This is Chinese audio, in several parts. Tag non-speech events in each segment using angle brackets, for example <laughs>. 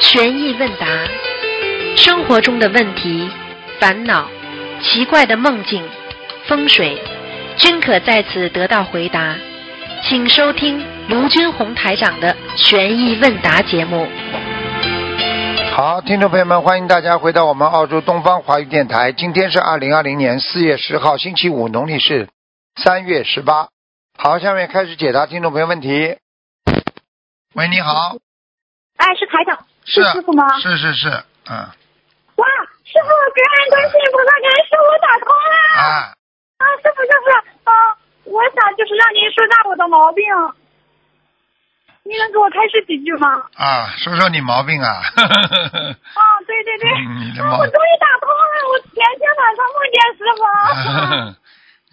悬疑问答，生活中的问题、烦恼、奇怪的梦境、风水，均可在此得到回答。请收听卢军红台长的悬疑问答节目。好，听众朋友们，欢迎大家回到我们澳洲东方华语电台。今天是二零二零年四月十号，星期五，农历是三月十八。好，下面开始解答听众朋友问题。喂，你好，哎，是台长，是啊师傅吗？是是是，嗯哇，师傅，感恩观世音菩萨，感恩师傅我打通了。啊，啊，师傅，师傅，啊，我想就是让您说下我的毛病，您能给我开示几句吗？啊，说说你毛病啊， <laughs> 啊，对对对，嗯你的啊毛我终于打通了，我前天晚上梦见师傅啊了，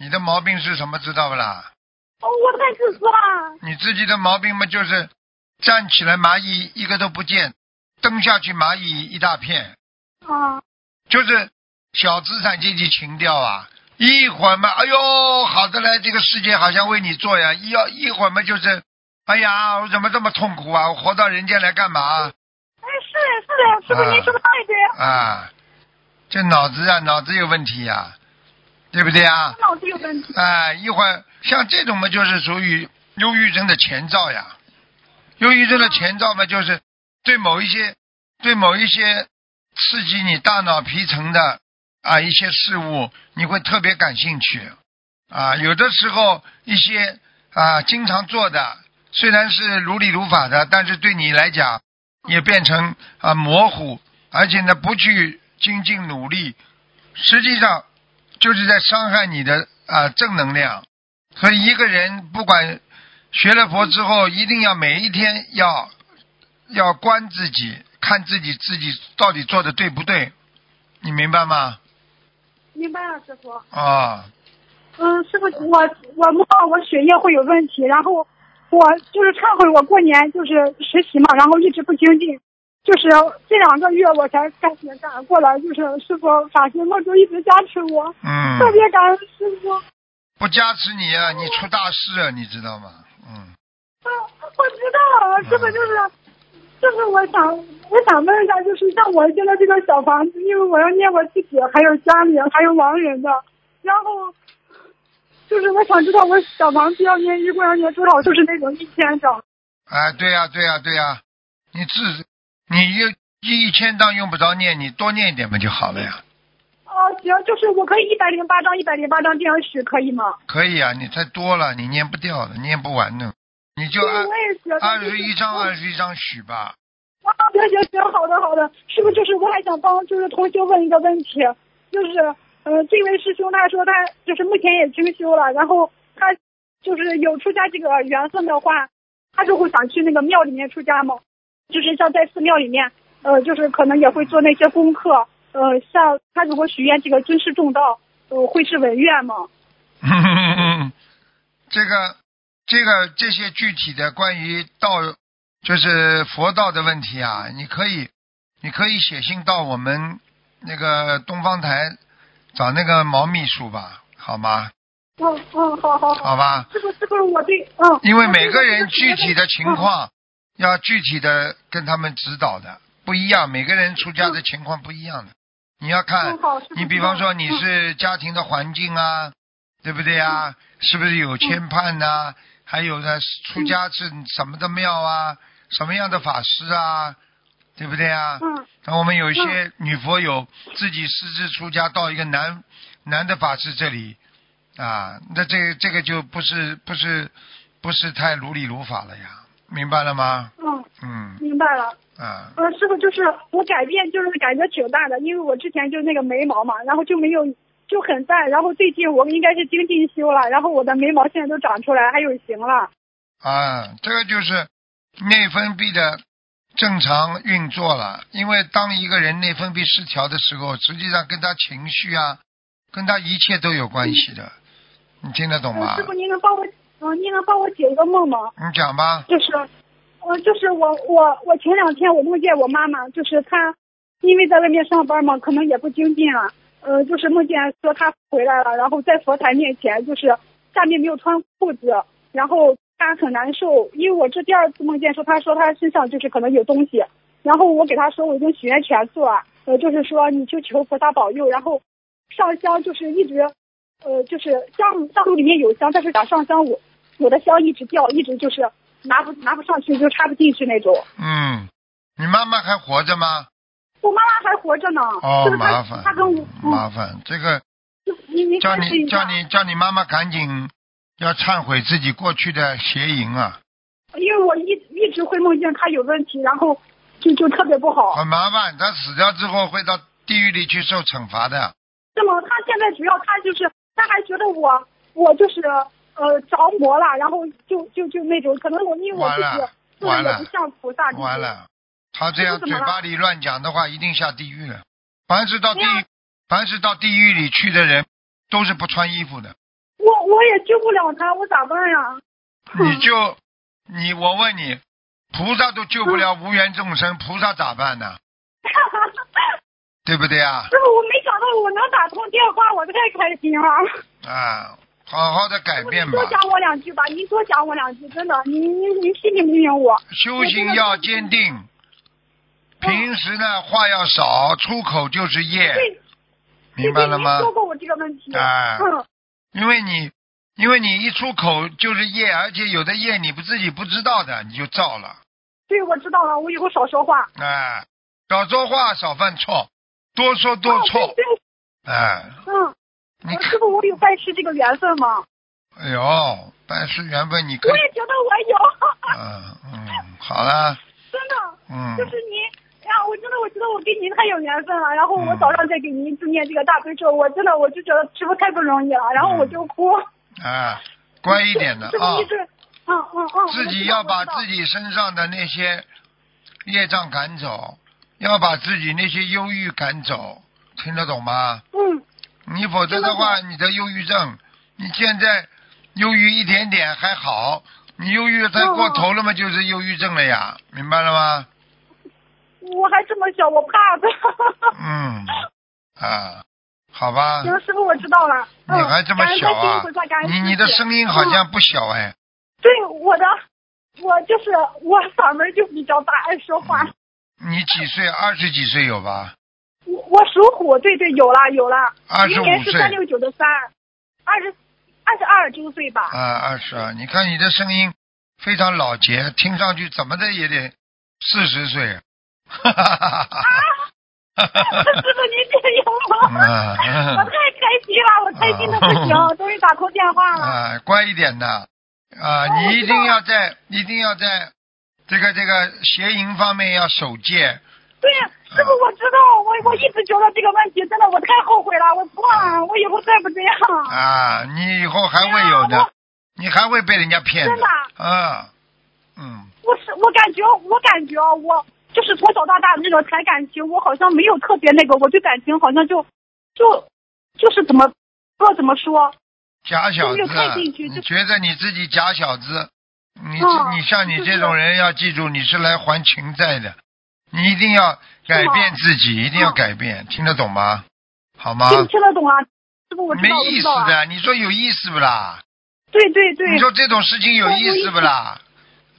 <laughs> 你的毛病是什么？知道不啦？哦我太自私了。你自己的毛病嘛，就是站起来蚂蚁一个都不见，蹲下去蚂蚁一大片，啊，就是小资产阶级情调啊。一会儿嘛，哎呦，好的嘞，这个世界好像为你做呀。一要一会儿嘛，就是，哎呀，我怎么这么痛苦啊？我活到人间来干嘛啊？哎，是是的，师傅您说的太对，啊，这脑子啊，脑子有问题呀、对不对啊？脑子有问题。哎，一会儿像这种嘛，就是属于忧郁症的前兆呀。忧郁症的前兆嘛，就是对某一些对某一些刺激你大脑皮层的啊一些事物，你会特别感兴趣啊。有的时候一些啊经常做的，虽然是如理如法的，但是对你来讲也变成啊模糊，而且呢不去精进努力，实际上就是在伤害你的啊、正能量。所以一个人不管学了佛之后，一定要每一天要要观自己，看自己自己到底做的对不对，你明白吗？明白了，师傅。啊、嗯，师傅，我我梦到我血液会有问题，然后我就是忏悔，我过年就是实习嘛，然后一直不精进，就是这两个月我才开始赶过来，就是师傅法师梦中一直加持我，嗯，特别感恩师傅。不加持你啊，你出大事啊，你知道吗？嗯，啊，我知道啊了，师傅就是。就是我想，我想问一下，就是像我现在这个小房子，因为我要念我自己，还有家里，还有亡人的，然后就是我想知道我小房子要念一共要念多少，就是那种一千张。哎，对呀、对呀、对呀、你自你一一千张用不着念，你多念一点不就好了呀？哦，行，就是我可以一百零八张，一百零八张这样许可以吗？可以啊，你太多了，你念不掉的，念不完的，你就对，按我也觉得二十一张，二十一张许吧。啊，行行行，好的好的，是不是就是我还想帮就是同修问一个问题，就是呃这位师兄他说他就是目前也清修了，然后他就是有出家这个缘分的话，他就会想去那个庙里面出家嘛，就是像在寺庙里面，呃就是可能也会做那些功课，呃像他如果许愿这个尊师重道，呃会是文愿吗？这个、这个、这些具体的关于道，就是佛道的问题啊，你可以，你可以写信到我们那个东方台找那个毛秘书吧，好吗？嗯嗯，好好好。好吧，这个这个我对，嗯，因为我对每个这人学具问体的情，况要具体的跟他们指导的不一样，每个人出家的情况不一样的，你要看嗯好 <laughs> 师傅你比方说你嗯是家庭的环境啊，对不对啊？是不是有牵绊呐、还有呢，出家是什么的庙啊？什么样的法师啊？对不对啊？嗯那我们有一些女佛友自己私自出家到一个男男的法师这里啊，那这个这个就不是不是不是太如理如法了呀，明白了吗？嗯，嗯明白了。啊呃，师傅，就是我改变，就是感觉挺大的，因为我之前就是那个眉毛嘛，然后就没有就很淡，然后最近我应该是精进修了，然后我的眉毛现在都长出来，还有型了。啊，这个就是内分泌的正常运作了，因为当一个人内分泌失调的时候，实际上跟他情绪啊，跟他一切都有关系的，你听得懂呃吗师？傅，您能帮我，嗯、您能帮我解一个梦吗？你讲吧，就是，呃，就是我我我前两天我梦见我妈妈，就是她因为在外面上班嘛，可能也不精进了，呃，就是梦见说她回来了，然后在佛台面前就是下面没有穿裤子，然后她很难受，因为我这第二次梦见说她说她身上就是可能有东西，然后我给他说我已经许愿全做了，呃，就是说你去求菩萨保佑，然后上香就是一直，呃，就是香香炉里面有香，但是打上香我我的香一直掉，一直就是拿不拿不上去，就插不进去那种。嗯，你妈妈还活着吗？我妈妈还活着呢，哦就，是麻她烦她跟我，，嗯，麻烦，这个就你你叫解释你一叫下，你叫你妈妈赶紧要忏悔自己过去的邪淫啊，因为我一一直会梦见她有问题，然后就就特别不好。很麻烦，她死掉之后会到地狱里去受惩罚的。那么他现在主要他就是他还觉得我我就是呃着魔了，然后就就就那种可能我因为我自完己了做完的也了不像菩萨，就是完了，他这样这嘴是怎么了巴里乱讲的话，一定下地狱了。凡是到地对啊狱呀，凡是到地狱里去的人，都是不穿衣服的。我我也救不了他，我咋办呀？ <laughs> 你就你，我问你，菩萨都救不了无缘众生，菩萨咋办呢？对不对啊？师傅，我没想到我能打通电话，我太开心了。啊，好好的改变您吧多。讲我两句吧，您多讲我两句，真的，您您您批评批 <laughs> 评我。修行要坚定，平时呢话要少，出口就是业，对，明白了吗对对您？说过我这个问题。哎嗯，因为你，因为你一出口就是业，而且有的业你不自己不知道的，你就造了。对，我知道了，我以后少说话。哎，少说话，少犯错，多说多哦错。对对，哎，嗯，你师看，傅，我有拜师这个缘分吗？哎呦，办事缘分你可我以，也觉得我有，嗯嗯，好了， <laughs> 真的，嗯就是您，呀，我真的我觉得我跟您太有缘分了。然后嗯我早上再给您就念这个大悲咒，我真的我就觉得师傅太不容易了，然后嗯我就哭。啊，乖一点的师啊傅一，直，嗯嗯嗯，自己要把自己己身上的那些业障赶走，要把自己那些忧郁赶走，听得懂吗？嗯。你否则的话，你得忧郁症。你现在忧郁一点点还好，你忧郁太过头了嘛，就是忧郁症了呀，明白了吗？我还这么小，我怕的。嗯，啊，好吧， <laughs> 行，嗯师傅，我知道了。 <laughs> 你还这么小啊？你你的声音好像不小哎，嗯对我的，我就是我嗓门就比较大，爱说话。嗯你几岁？二十几岁有吧？我我属虎，对对，有了有了， 25明年是岁三六九的三，二十二十二周岁吧。啊，二十二。你看你的声音非常老结，听上去怎么的也得四十岁。哈哈哈哈哈哈！啊 <laughs> 师傅，您这有吗？嗯 <laughs> 我太开心了，我开心的 <laughs> 不行，终于打通电话了。啊，乖一点的啊，哦我你一知道定了要在一定要在这个这个邪淫方面要守戒。对，师傅，我知道，我我一直觉得这个问题真的我太后悔了，我错了，我以后再不这样。啊，你以后还会有哎呀的我，你还会被人家骗真的啊，嗯，我是我感觉，我感觉我就是从小到大的那种谈感情，我好像没有特别那个，我对感情好像就就就是怎么不知道怎么啊说。假小就子没有啊，看进去你就觉得你自己假小子？你这、嗯你像你就是这种人，要记住你是来还情债的，你一定要改变自己，一定要嗯改变，听得懂吗？好吗？听听得懂啊？师傅，我知没道，我意知思道啊。的，你说有意思不啦？对对对，你说这种事情有意思不啦？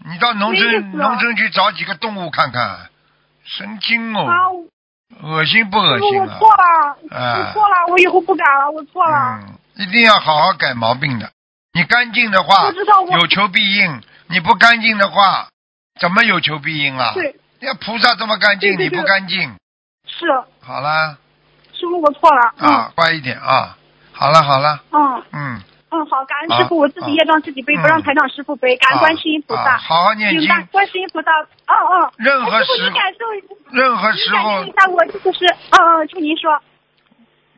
你到农没意村思农村去找几个动物看看，神经啊，哦，我恶心不恶师傅心我啊？错了，啊我错了，我以后不敢了，我错了。嗯，一定要好好改毛病的。你干净的话我知道我啊有求必应，你不干净的话怎么有求必应啊？对，那菩萨这么干净，对对你不对干净，是好啦师傅，我错了。嗯啊，乖一点啊，好了好了，嗯嗯，嗯，好，感恩啊师傅，我自己业障自己背，嗯不让台长师傅背，感恩啊观世音菩啊萨。好好念明经，白，观世音菩萨。嗯嗯。任何哎师时傅，你感受一下，任何你时感候受一下，我就是嗯嗯，听您说。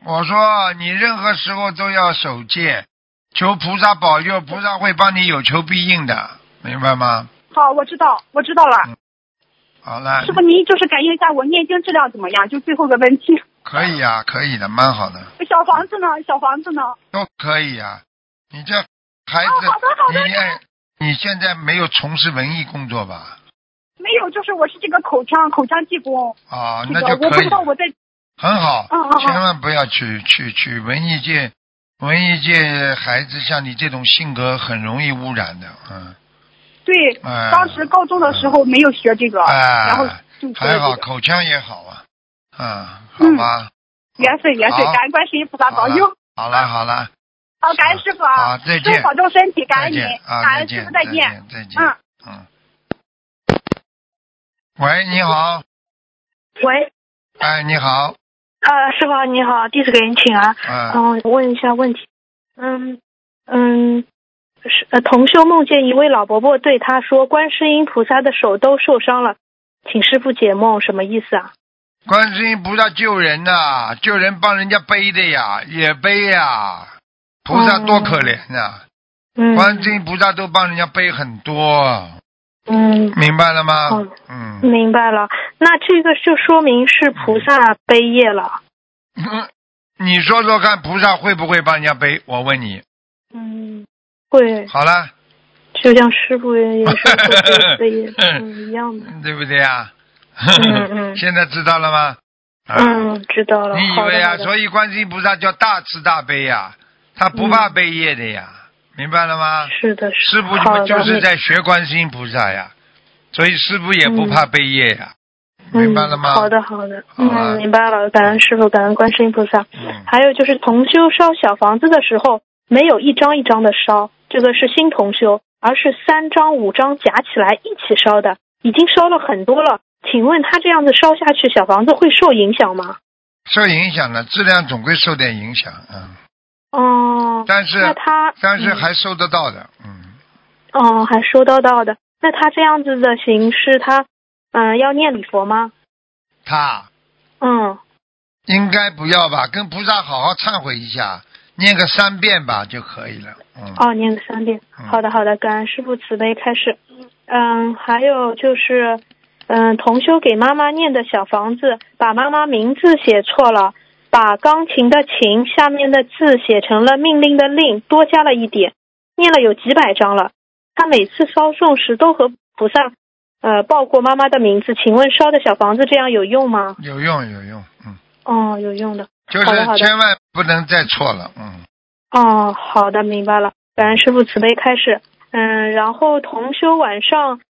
我说你任何时候都要守戒，求菩萨保佑，菩萨会帮你有求必应的，明白吗？好，我知道，我知道了。嗯好了师，傅，您就是感应一下我念经质量怎么样？就最后个问题，可以啊，可以的，蛮好的，小房子呢？小房子呢？都可以啊。你这孩子，哦好的好的你哎你现在没有从事文艺工作吧？没有，就是我是这个口腔口腔技工，啊，这那个就我不可以知道，我在很好嗯嗯，嗯千万不要去去去文艺界，文艺界孩子像你这种性格很容易污染的，嗯。对、哎当时高中的时候没有学这个，哎，然后嗯对还好对口腔也好啊，啊，好嗯吧，元岁元岁，好感恩观世音菩萨好保了佑。好了好了，好，感恩师傅啊！好再师见傅保重身体，感再恩您，见啊，感再恩师见傅，再见。见，再见，嗯，嗯。喂，你好，喂，哎，你好，呃，师傅你好，弟子给您请安，嗯，哦嗯、我问一下问题，嗯嗯，是呃，同修梦见一位老伯伯对他说，观世音菩萨的手都受伤了，请师傅解梦，什么意思啊？观世音菩萨救人呐、救人帮人家背的呀，也背呀，菩萨多可怜呐、哦嗯，观世音菩萨都帮人家背很多，嗯，明白了吗哦？嗯，明白了，那这个就说明是菩萨悲业了。你说说看，菩萨会不会帮人家背？我问你，嗯，会，好了，就像师傅 <laughs> 也是说悲业，嗯，一样的。对不对呀、嗯 <laughs> 嗯现在知道了吗？啊，嗯，知道了。你以好为的啊？好的所以观世音菩萨叫大慈大悲呀、他不怕背业的呀，明白了吗？是的，是师傅好的就就是那在学观世音菩萨呀，所以师傅也不怕背业呀，明白了吗？嗯好，的，好的，好啊吧嗯，明白了。感恩师傅，感恩观世音菩萨。嗯，还有就是同修烧小房子的时候，没有一张一张的烧，这个是新同修，而是三张五张夹起来一起烧的，已经烧了很多了。请问他这样子烧下去，小房子会受影响吗？受影响了，质量总会受点影响，嗯，哦、但是那他但是嗯还收得到的，嗯，哦、还收到到的。那他这样子的形式，他嗯、要念礼佛吗？他嗯，应该不要吧，跟菩萨好好忏悔一下，念个三遍吧就可以了，嗯，哦，念了三遍。嗯好的，好的，感恩师傅慈悲开示。嗯，还有就是，嗯，同修给妈妈念的小房子，把妈妈名字写错了，把钢琴的琴下面的字写成了命令的令，多加了一点，念了有几百张了。他每次烧送时都和菩萨，呃，报过妈妈的名字。请问烧的小房子这样有用吗？有用有用，嗯，哦，有用的。就好的好是的千万不能再错了，嗯。哦，好的，明白了。感恩师傅慈悲开示。嗯，然后同修晚上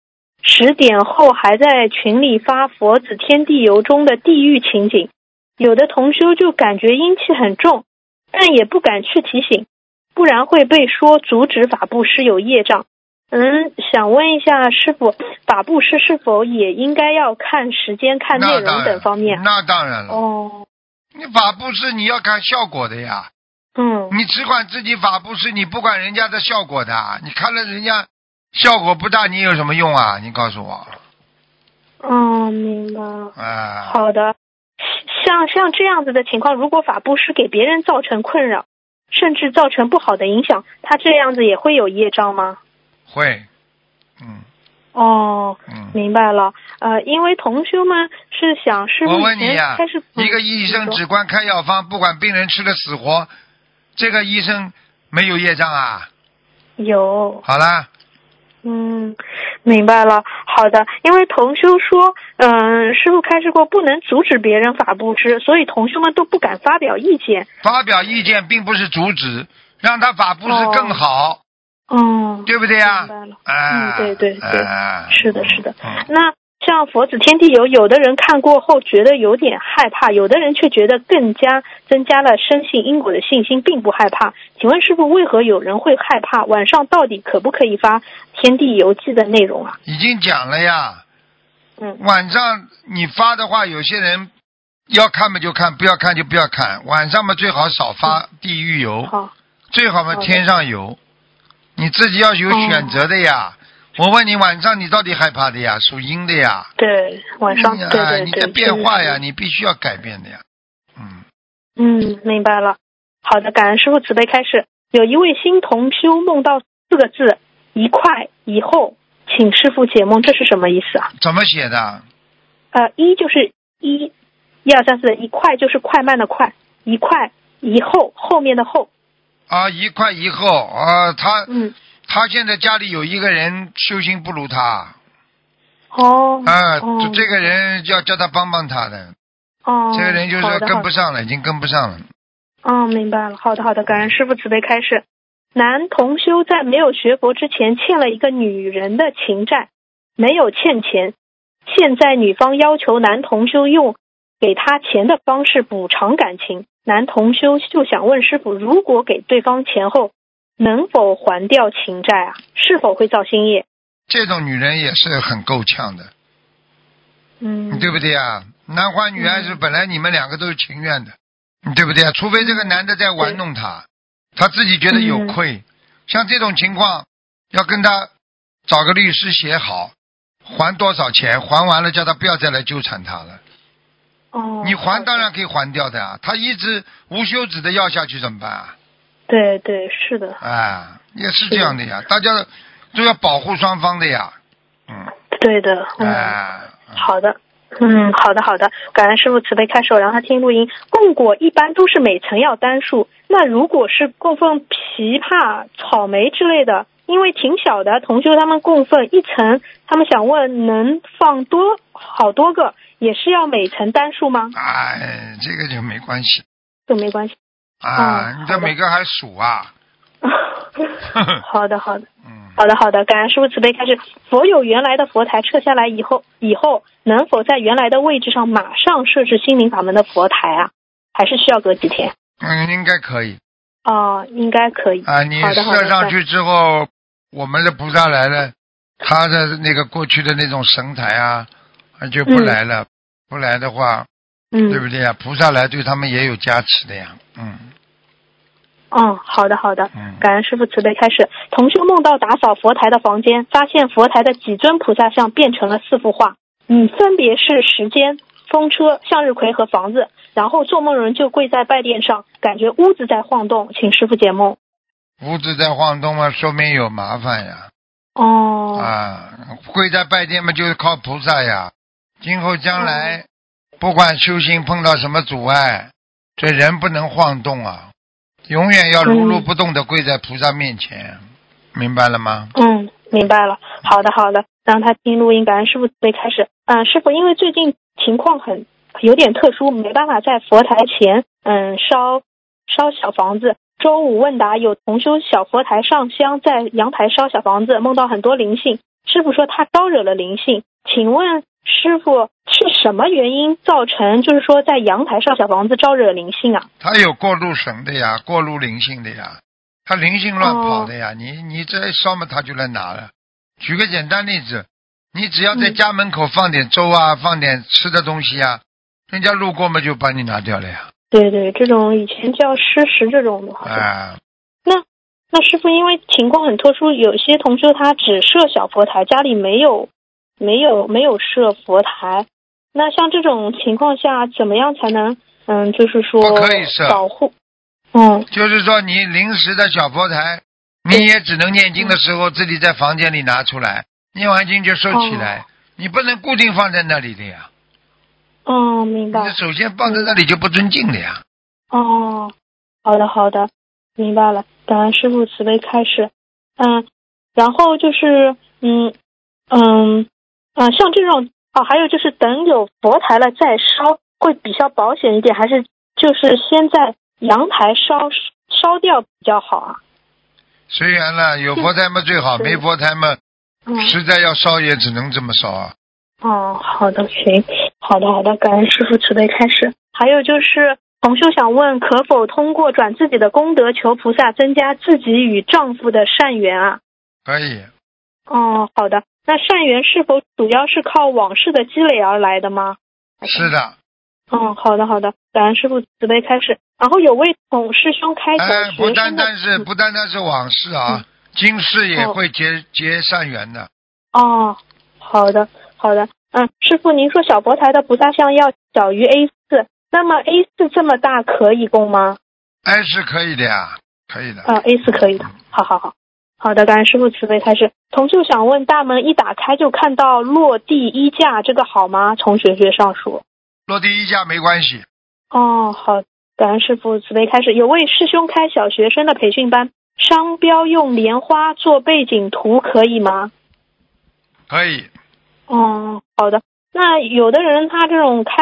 十点后还在群里发《佛子天地游》中的地狱情景，有的同修就感觉阴气很重，但也不敢去提醒，不然会被说阻止法布施有业障。嗯，想问一下师傅，法布施是否也应该要看时间、看内那当容然等方面？那当然了，哦，你法布施你要看效果的呀，嗯，你只管自己法布施，你不管人家的效果的，啊你看了人家效果不大，你有什么用啊？你告诉我，哦，明白了。啊、好的，像像这样子的情况，如果法布施给别人造成困扰，甚至造成不好的影响，他这样子也会有业障吗？会，嗯哦，嗯，明白了。呃，因为同修们是哎想师傅我以问你前呀、开始、嗯一个医生只管开药方，不管病人吃的死活，这个医生没有业障啊？有好啦，嗯，明白了。好的，因为同修说，嗯、师傅开示过不能阻止别人法布施，所以同修们都不敢发表意见。发表意见并不是阻止，让他法布施更好，嗯，对不对呀、哦明白了。啊？嗯对对对啊是的，是的。嗯那像《佛子天地游》，有的人看过后觉得有点害怕，有的人却觉得更加增加了深信因果的信心，并不害怕。请问师傅，为何有人会害怕？晚上到底可不可以发《天地游记》的内容啊？已经讲了呀。嗯晚上你发的话，有些人要看嘛就看，不要看就不要看。晚上嘛最好少发地狱游，好，最好嘛好的哦天上游。你自己要有选择的呀。我问你，晚上你到底害怕的呀？属阴的呀？对，晚上，嗯对哎对你对，的变化真的呀，是。你必须要改变的呀。嗯，嗯，明白了。好的，感恩师傅慈悲开示。有一位新同修梦到四个字“一块一后”，请师傅解梦，这是什么意思啊？怎么写的？呃，一就是一，一二三四的一快就是快慢的快，一快一后后面的后，啊，一块一后啊，他嗯，他现在家里有一个人修行不如他哦，啊，哦这这个人要叫他帮帮他的，哦，这个人就是好说的跟好不的上了，已经跟不上了。哦，明白了，好的好的，感恩师傅慈悲开示。男同修在没有学佛之前欠了一个女人的情债，没有欠钱，现在女方要求男同修用给她钱的方式补偿感情，男同修就想问师傅，如果给对方钱后，能否还掉情债啊？是否会造新业？这种女人也是很够呛的，嗯，对不对啊？男欢女爱是本来你们两个都是情愿的，对不嗯对啊？除非这个男的在玩弄她，她自己觉得有愧。嗯像这种情况，要跟他找个律师写好，还多少钱，还完了叫他不要再来纠缠他了。哦，你还当然可以还掉的啊，他一直无休止的要下去怎么办啊？对对是的，啊，也是这样的呀，大家都要保护双方的呀。嗯，对的，嗯，哎，好的，嗯，好的，好的，感恩师傅慈悲开示，我让他听录音。供果一般都是每层要单数，那如果是供奉枇杷、草莓之类的，因为挺小的，同修他们供奉一层，他们想问能放多好多个，也是要每层单数吗？哎，这个就没关系这没关系。 <laughs> 啊，嗯你好这的每个还数 <laughs> 啊，呵呵好的，好的。嗯，好的，好的，感恩师傅慈悲开示。佛有原来的佛台撤下来以后，以后能否在原来的位置上马上设置心灵法门的佛台啊？还是需要隔几天？嗯，应该可以哦，应该可以。啊。你好的好的射上去之后，我们的菩萨来了，他的那个过去的那种神台啊，就不嗯来了。不来的话，嗯，对不对呀、菩萨来对他们也有加持的呀。嗯嗯，好的，好的。嗯，感恩师傅慈悲开示。同修梦到打扫佛台的房间，发现佛台的几尊菩萨像变成了四幅画，嗯，分别是时间、风车、向日葵和房子。然后做梦人就跪在拜殿上，感觉屋子在晃动，请师傅解梦。屋子在晃动嘛，说明有麻烦呀。哦，啊，跪在拜殿嘛，就是靠菩萨呀。今后将嗯来，不管修行碰到什么阻碍，这人不能晃动啊，永远要如如嗯不动的跪在菩萨面前，明白了吗？嗯，明白了。好的，好的，让他听录音。感恩师傅对开始。嗯，师傅，因为最近情况很有点特殊，没办法在佛台前嗯烧烧小房子。周五问答有同修小佛台上香，在阳台烧小房子，梦到很多灵性。师傅说他招惹了灵性，请问师傅是什么原因造成，就是说在阳台上小房子招惹灵性啊？他有过路神的呀，过路灵性的呀，他灵性乱跑的呀，哦你你这一烧嘛，他就来拿了。举个简单例子，你只要在嗯家门口放点粥啊，放点吃的东西啊，人家路过嘛就把你拿掉了呀，对对，这种以前叫失实这种的，好像。啊，那师傅，因为情况很特殊，有些同修他只设小佛台，家里没有没有没有设佛台。那像这种情况下，怎么样才能嗯，就是说不可以设保护？嗯，就是说你临时的小佛台，你也只能念经的时候自己在房间里拿出来，念完经就收起来，你不能固定放在那里的呀。哦，明你白。首先放在那里就不尊敬的呀。哦，好的好的，明白了。感恩师傅慈悲开示。嗯，然后就是嗯嗯嗯，像这种哦，还有就是等有佛台了再烧会比较保险一点，还是就是先在阳台烧烧掉比较好啊？随缘了，有佛台嘛最好，对没佛台嘛嗯，实在要烧也只能这么烧啊。哦，好的，行，好的好的，感恩师傅慈悲开示。还有就是。同修想问，可否通过转自己的功德求菩萨增加自己与丈夫的善缘啊？可以，哦，好的。那善缘是否主要是靠往事的积累而来的吗？是的，嗯，好的，好的。感恩师傅慈悲开始。然后有位孔师兄开小哎，不学单生的、嗯单是不单单是往事啊，今世也哦会结结善缘的。哦，好的，好的。嗯，师傅，您说小佛台的菩萨像要小于 A 四，那么 A 四这么大可以供吗？哎，是可以的呀，可以的。呃，A 四可以的。好好好，好的，感恩师傅慈悲开始。同修想问，大门一打开就看到落地衣架，这个好吗？从玄学上说。落地衣架没关系，哦，好，感恩师傅慈悲开始。有位师兄开小学生的培训班，商标用莲花做背景图可以吗？可以。哦，好的。那有的人他这种开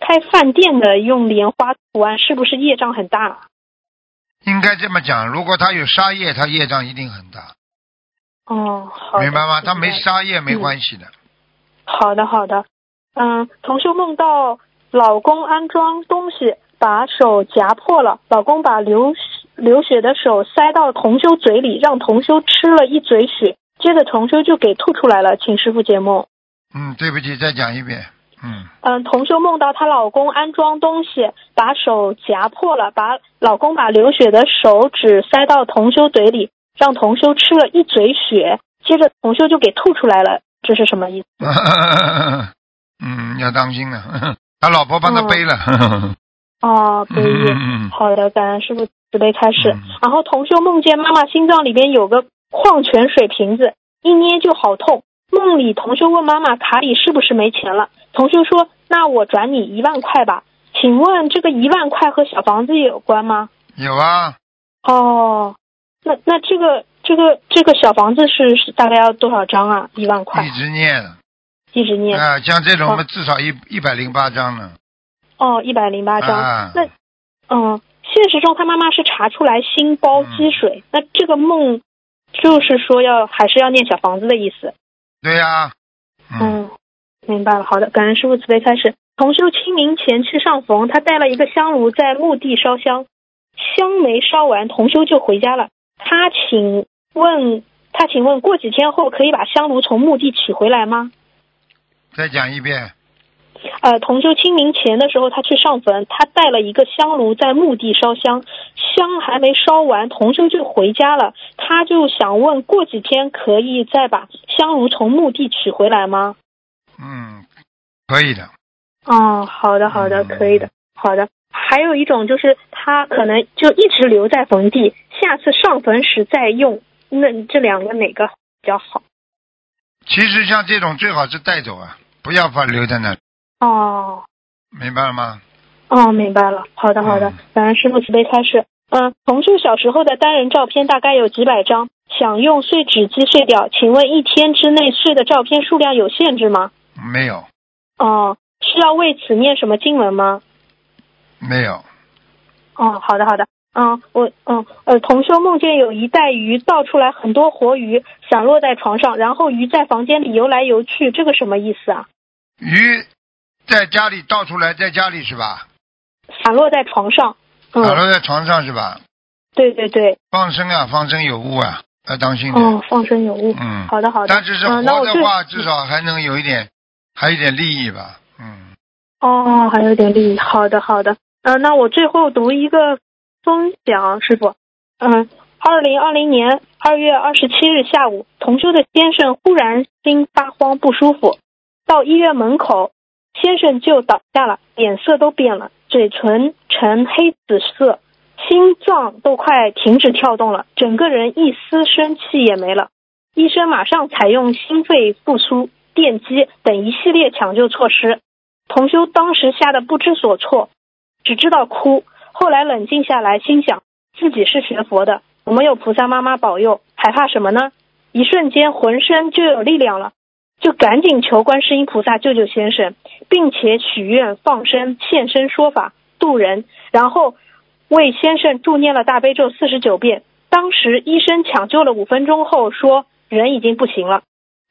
开饭店的用莲花图案，是不是业障很大？应该这么讲，如果他有杀业，他业障一定很大，哦，好的，明白吗？他没明白杀业没关系的，好的，好的。嗯，同修梦到老公安装东西，把手夹破了，老公把流流血的手塞到同修嘴里，让同修吃了一嘴血，接着同修就给吐出来了，请师傅解梦。嗯，对不起，再讲一遍。嗯，嗯，同修梦到她老公安装东西，把手夹破了，把老公把流血的手指塞到同修嘴里，让同修吃了一嘴血，接着同修就给吐出来了，这是什么意思？ <laughs> 嗯，要当心了， <laughs> 他老婆帮他背了。哦，嗯悲嗯业。嗯嗯好的，感恩师傅慈悲开示。嗯然后同修梦见妈妈心脏里边有个矿泉水瓶子，一捏就好痛。梦里同修问妈妈卡里是不是没钱了，同修说那我转你一万块吧。请问这个一万块和小房子有关吗？ <laughs> 有啊，哦，那那这个这个这个小房子是是大概要多少张啊？一万块一直念啊、一直念像这种我们至少一一百零八章呢。哦，一百零八张。啊，那嗯，现实中他妈妈是查出来心包积嗯水，那这个梦就是说要还是要念小房子的意思。对呀、嗯，嗯，明白了。好的，感恩师傅慈悲开始。同修清明前去上坟，他带了一个香炉在墓地烧香，香没烧完，同修就回家了。他请问，他请问过几天后可以把香炉从墓地取回来吗？再讲一遍。呃，同修清明前的时候，他去上坟，他带了一个香炉在墓地烧香，香还没烧完，同修就回家了。他就想问，过几天可以再把香炉从墓地取回来吗？嗯，可以的。哦，好的，好的，嗯可以的，好的。还有一种就是他可能就一直留在坟地，下次上坟时再用。那这两个哪个比较好？其实像这种最好是带走啊，不要放留在那里，哦，明白了吗？哦，明白了。好的，好的嗯。感恩师傅慈悲开示。嗯，同事小时候的单人照片大概有几百张，想用碎纸机碎掉，请问一天之内碎的照片数量有限制吗？没有，哦，需要为此念什么经文吗？没有。哦，好的好的，嗯，我嗯呃，同修梦见有一袋鱼倒出来很多活鱼，散落在床上，然后鱼在房间里游来游去，这个什么意思啊？鱼在家里倒出来，在家里是吧？散落在床上，倒嗯，落在床上是吧？对对对，放生啊，放生有误啊，要当心点。哦，放生有误，嗯，好的好的，但只是嗯那活我的就话，至少还能有一点，还有一点利益吧。嗯，哦，还有点利益。好的，好的。嗯、那我最后读一个分享，师傅。嗯、二零二零年二月二十七日下午，同修的先生忽然心发慌不舒服，到医院门口，先生就倒下了，脸色都变了，嘴唇呈黑紫色，心脏都快停止跳动了，整个人一丝生气也没了。医生马上采用心肺复苏、电击等一系列抢救措施，同修当时吓得不知所措，只知道哭。后来冷静下来，心想自己是学佛的，我们有菩萨妈妈保佑，还怕什么呢？一瞬间浑身就有力量了，就赶紧求观世音菩萨救救先生，并且许愿放生、现身说法、渡人，然后为先生助念了大悲咒四十九遍。当时医生抢救了五分钟后说人已经不行了。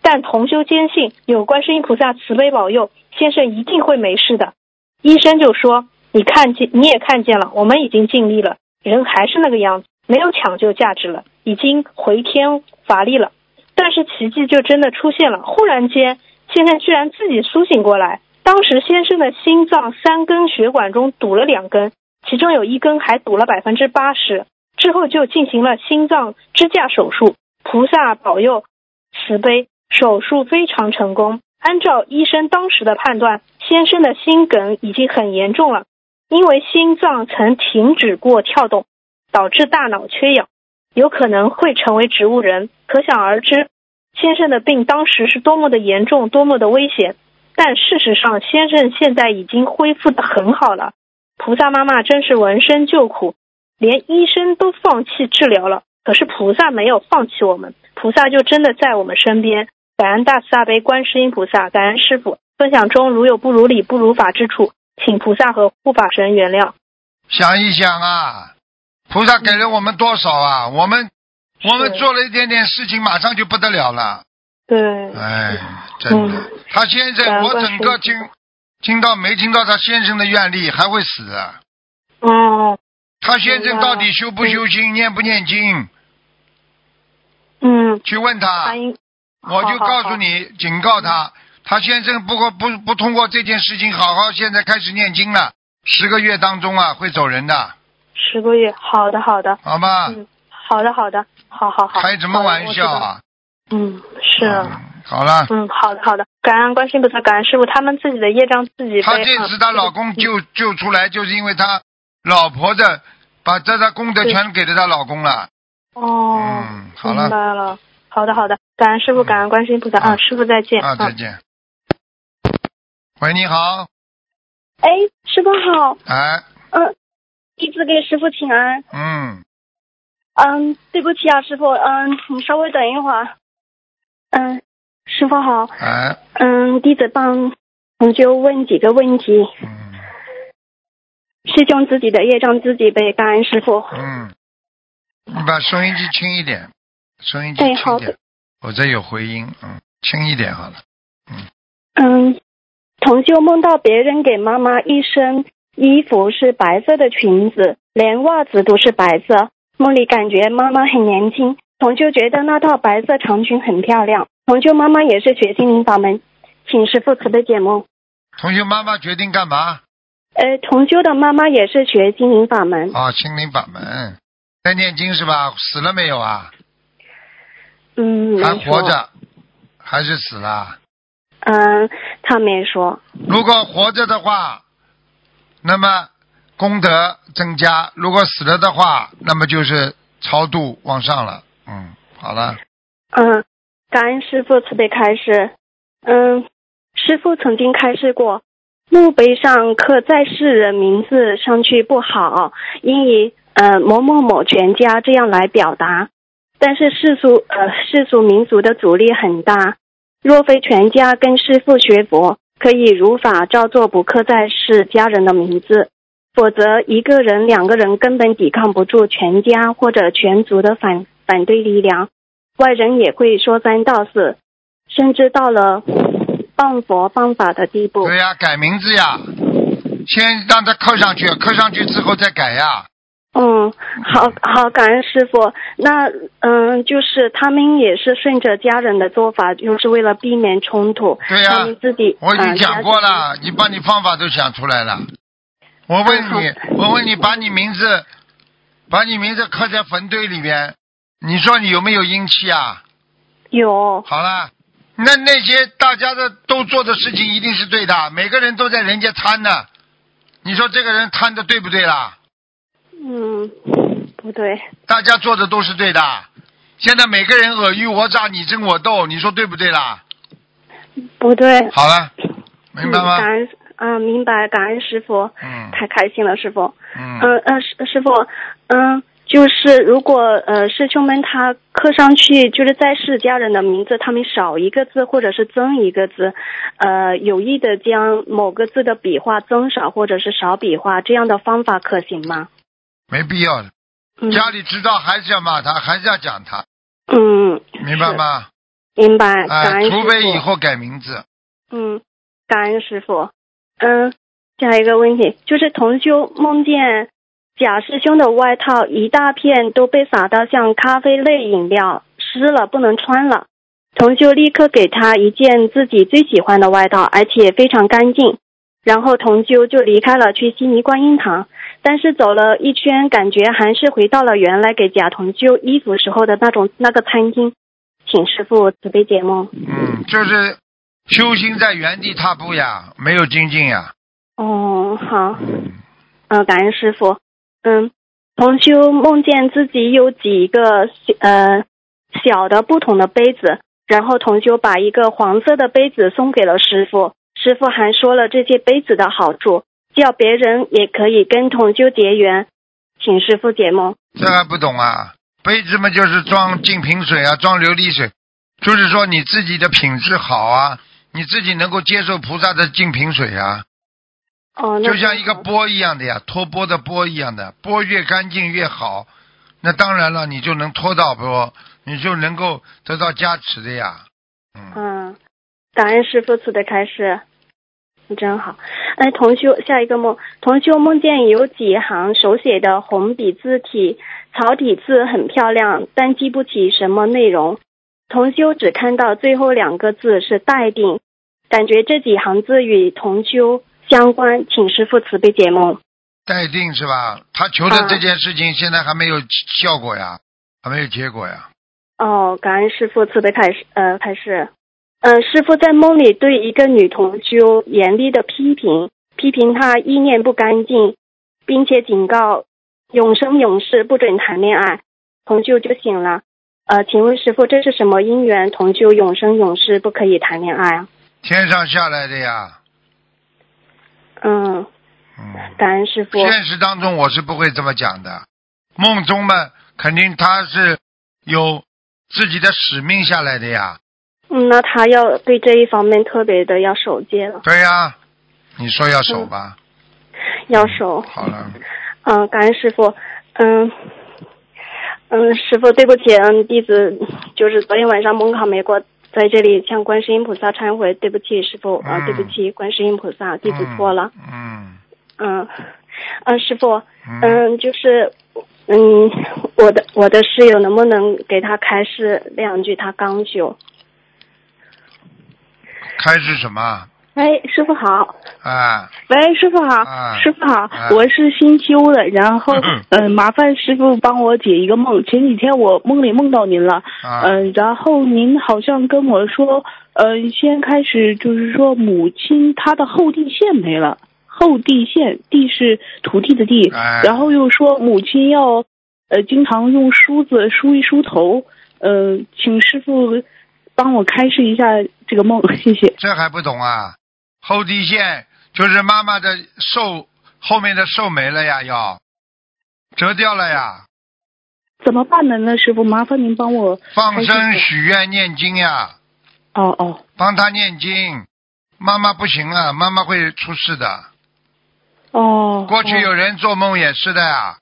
但同修坚信有观世音菩萨慈悲保佑，先生一定会没事的。医生就说：“你看见，你也看见了，我们已经尽力了，人还是那个样子，没有抢救价值了，已经回天乏力了。”但是奇迹就真的出现了，忽然间，先生居然自己苏醒过来。当时先生的心脏三根血管中堵了两根，其中有一根还堵了百分之八十。之后就进行了心脏支架手术，菩萨保佑，慈悲，手术非常成功。按照医生当时的判断，先生的心梗已经很严重了，因为心脏曾停止过跳动，导致大脑缺氧，有可能会成为植物人。可想而知，先生的病当时是多么的严重，多么的危险。但事实上，先生现在已经恢复的很好了。菩萨妈妈真是闻声救苦，连医生都放弃治疗了，可是菩萨没有放弃我们，菩萨就真的在我们身边。感恩大慈大悲观世音菩萨，感恩师傅。分享中如有不如理、不如法之处，请菩萨和护法神原谅。想一想啊，菩萨给了我们多少啊？我们我们嗯是做了一点点事情，马上就不得了了。对，哎，真的，嗯他先生，难我怪整个是听听到没听到他先生的愿力，还会死啊！哦，他先生明白到了底修不修心，念不念经？嗯，去问他他，应，啊我就好嗯告诉，你，警告他，他先生不过不不通过这件事情好好现在开始念经了，十个月当中啊会走人的，十个月，好的，好的，好吗？嗯，好的，好的，好好好，啊开什好么的玩笑？啊！我知道嗯，是啊，嗯好了，嗯，好的，好的，感恩观世音菩萨，感恩师傅，他们自己的业障自己背。她这次她老公嗯救救出来，就是因为她老婆的把这她功德全给了她老公嗯了。哦，嗯，好明了，白了。好的，好的，感恩师傅，感恩观世音菩萨啊啊，师傅再见啊，再见。嗯喂，你好，哎，师傅好，哎，嗯，弟子给师傅请安。嗯，嗯，对不起啊，师傅，嗯，你稍微等一会儿。嗯，师傅好，哎，嗯，弟子帮同修问几个问题，嗯师兄自己的业障自己背，感恩师傅。嗯，你把收音机轻一点，收音机哎轻一好点，我这有回音，嗯，轻一点好了。嗯，同修梦到别人给妈妈一身衣服是白色的裙子，连袜子都是白色。梦里感觉妈妈很年轻，同修觉得那套白色长裙很漂亮。同修妈妈也是学心灵法门，请师父慈悲解梦。同学妈妈决定干嘛？呃，同修的妈妈也是学心灵法门，啊，心灵法门，在念经是吧？死了没有啊？嗯，没还活说，着，还是死了？嗯，他没说，如果活着的话，那么功德增加；如果死了的话，那么就是超度往上了。嗯，好了，嗯，感恩师傅慈悲开示。嗯，师傅曾经开示过，墓碑上刻在世人名字上去不好，应以呃某某某全家这样来表达。但是世俗呃世俗民族的阻力很大，若非全家跟师傅学佛，可以如法照做，不刻在世家人的名字。否则，一个人、两个人根本抵抗不住全家或者全族的反反对力量，外人也会说三道四，甚至到了谤佛谤法的地步。对呀、改名字呀，先让它刻上去，刻上去之后再改呀。嗯，好好，感恩师傅。那嗯，就是他们也是顺着家人的做法，就是为了避免冲突。对呀他们自己我已经嗯讲过家了，你把你方法都想出来了。我问你，我问你，把你名字，把你名字刻在坟堆里边，你说你有没有阴气啊？自己有好啦，那那些大家的都做的事情一定是对的，每个人都在人家贪呢。你说这个人贪的对不对啦？嗯，不对，大家做的都是对的。现在每个人尔虞我诈，你争我斗，你说对不对啦？不对，好了，明白嗯感吗？恩啊、明白，感恩师傅，嗯太开心了，师傅。嗯，嗯嗯，师师傅，嗯，就是如果呃师兄们他刻上去，就是在世家人的名字，他们少一个字或者是增一个字，呃，有意的将某个字的笔画增少或者是少笔画，这样的方法可行吗？没必要的。嗯家里知道还是要骂他，还是要讲他，嗯，明白吗？明白，感哎，恩师除非傅以后改名字。嗯，感恩师傅。嗯，下一个问题就是同修梦见贾师兄的外套一大片都被洒到像咖啡类饮料，湿了不能穿了。同修立刻给他一件自己最喜欢的外套，而且非常干净。然后同修就离开了，去悉尼观音堂。但是走了一圈，感觉还是回到了原来给贾同修衣服时候的那种那个餐厅。请师傅慈悲解梦。嗯，就是修行在原地踏步呀，没有精进呀。哦，好。嗯嗯，感恩师傅。嗯，同修梦见自己有几个呃小的不同的杯子，然后同修把一个黄色的杯子送给了师傅，师傅还说了这些杯子的好处，叫别人也可以跟同修结缘，请师傅解梦。这还不懂啊？杯子嘛，就是装净瓶水啊，装琉璃水，就是说你自己的品质好啊，你自己能够接受菩萨的净瓶水啊，哦，那就像一个好钵一样的呀，托钵的钵一样的，钵越干净越好，那当然了，你就能托到钵，你就能够得到加持的呀。嗯，嗯，感恩师傅赐的开示，真好。哎，同修，下一个梦，同修梦见有几行手写的红笔字体，草体字很漂亮，但记不起什么内容。同修只看到最后两个字是“待定”，感觉这几行字与同修相关，请师傅慈悲解梦。待定是吧？他求的嗯这件事情现在还没有效果呀，还没有结果呀。哦，感恩师傅慈悲开示，呃开示。嗯、师傅在梦里对一个女同修严厉的批评，批评她意念不干净，并且警告永生永世不准谈恋爱。同修就醒了。呃，请问师傅，这是什么因缘？同修永生永世不可以谈恋爱啊？天上下来的呀，嗯，嗯，感恩师傅。现实当中我是不会这么讲的，梦中嘛，肯定他是有自己的使命下来的呀，嗯，那他要对这一方面特别的要守戒了，对呀，你说要守吧，嗯要守。好了，嗯，感恩师傅。嗯，嗯，师傅，对不起，嗯，弟子就是昨天晚上梦考没过，在这里向观世音菩萨忏悔，对不起，师傅，啊、嗯对不起，观世音菩萨，弟子错了。嗯，嗯，嗯，师傅，嗯嗯，嗯，就是，嗯，我的我的室友能不能给他开示两句？他刚修。开始什么哎，师傅好！啊？喂，师傅好，啊师傅好，啊我是新修的，然后嗯嗯、呃麻烦师傅帮我解一个梦。前几天我梦里梦到您了，啊，嗯、然后您好像跟我说，嗯、先开始就是说母亲她的后地线没了，后地线地是土地的地，哎然后又说母亲要呃经常用梳子梳一梳头，嗯、请师傅帮我开示一下这个梦， <laughs> 谢谢。这还不懂啊？后地线就是妈妈的寿后面的寿没了呀，要折掉了呀，怎么办呢？师傅，麻烦您帮我。放生哎师傅许愿念经呀，哦哦，帮他念经。妈妈不行啊，妈妈会出事的。哦，过去有人做梦也是的呀，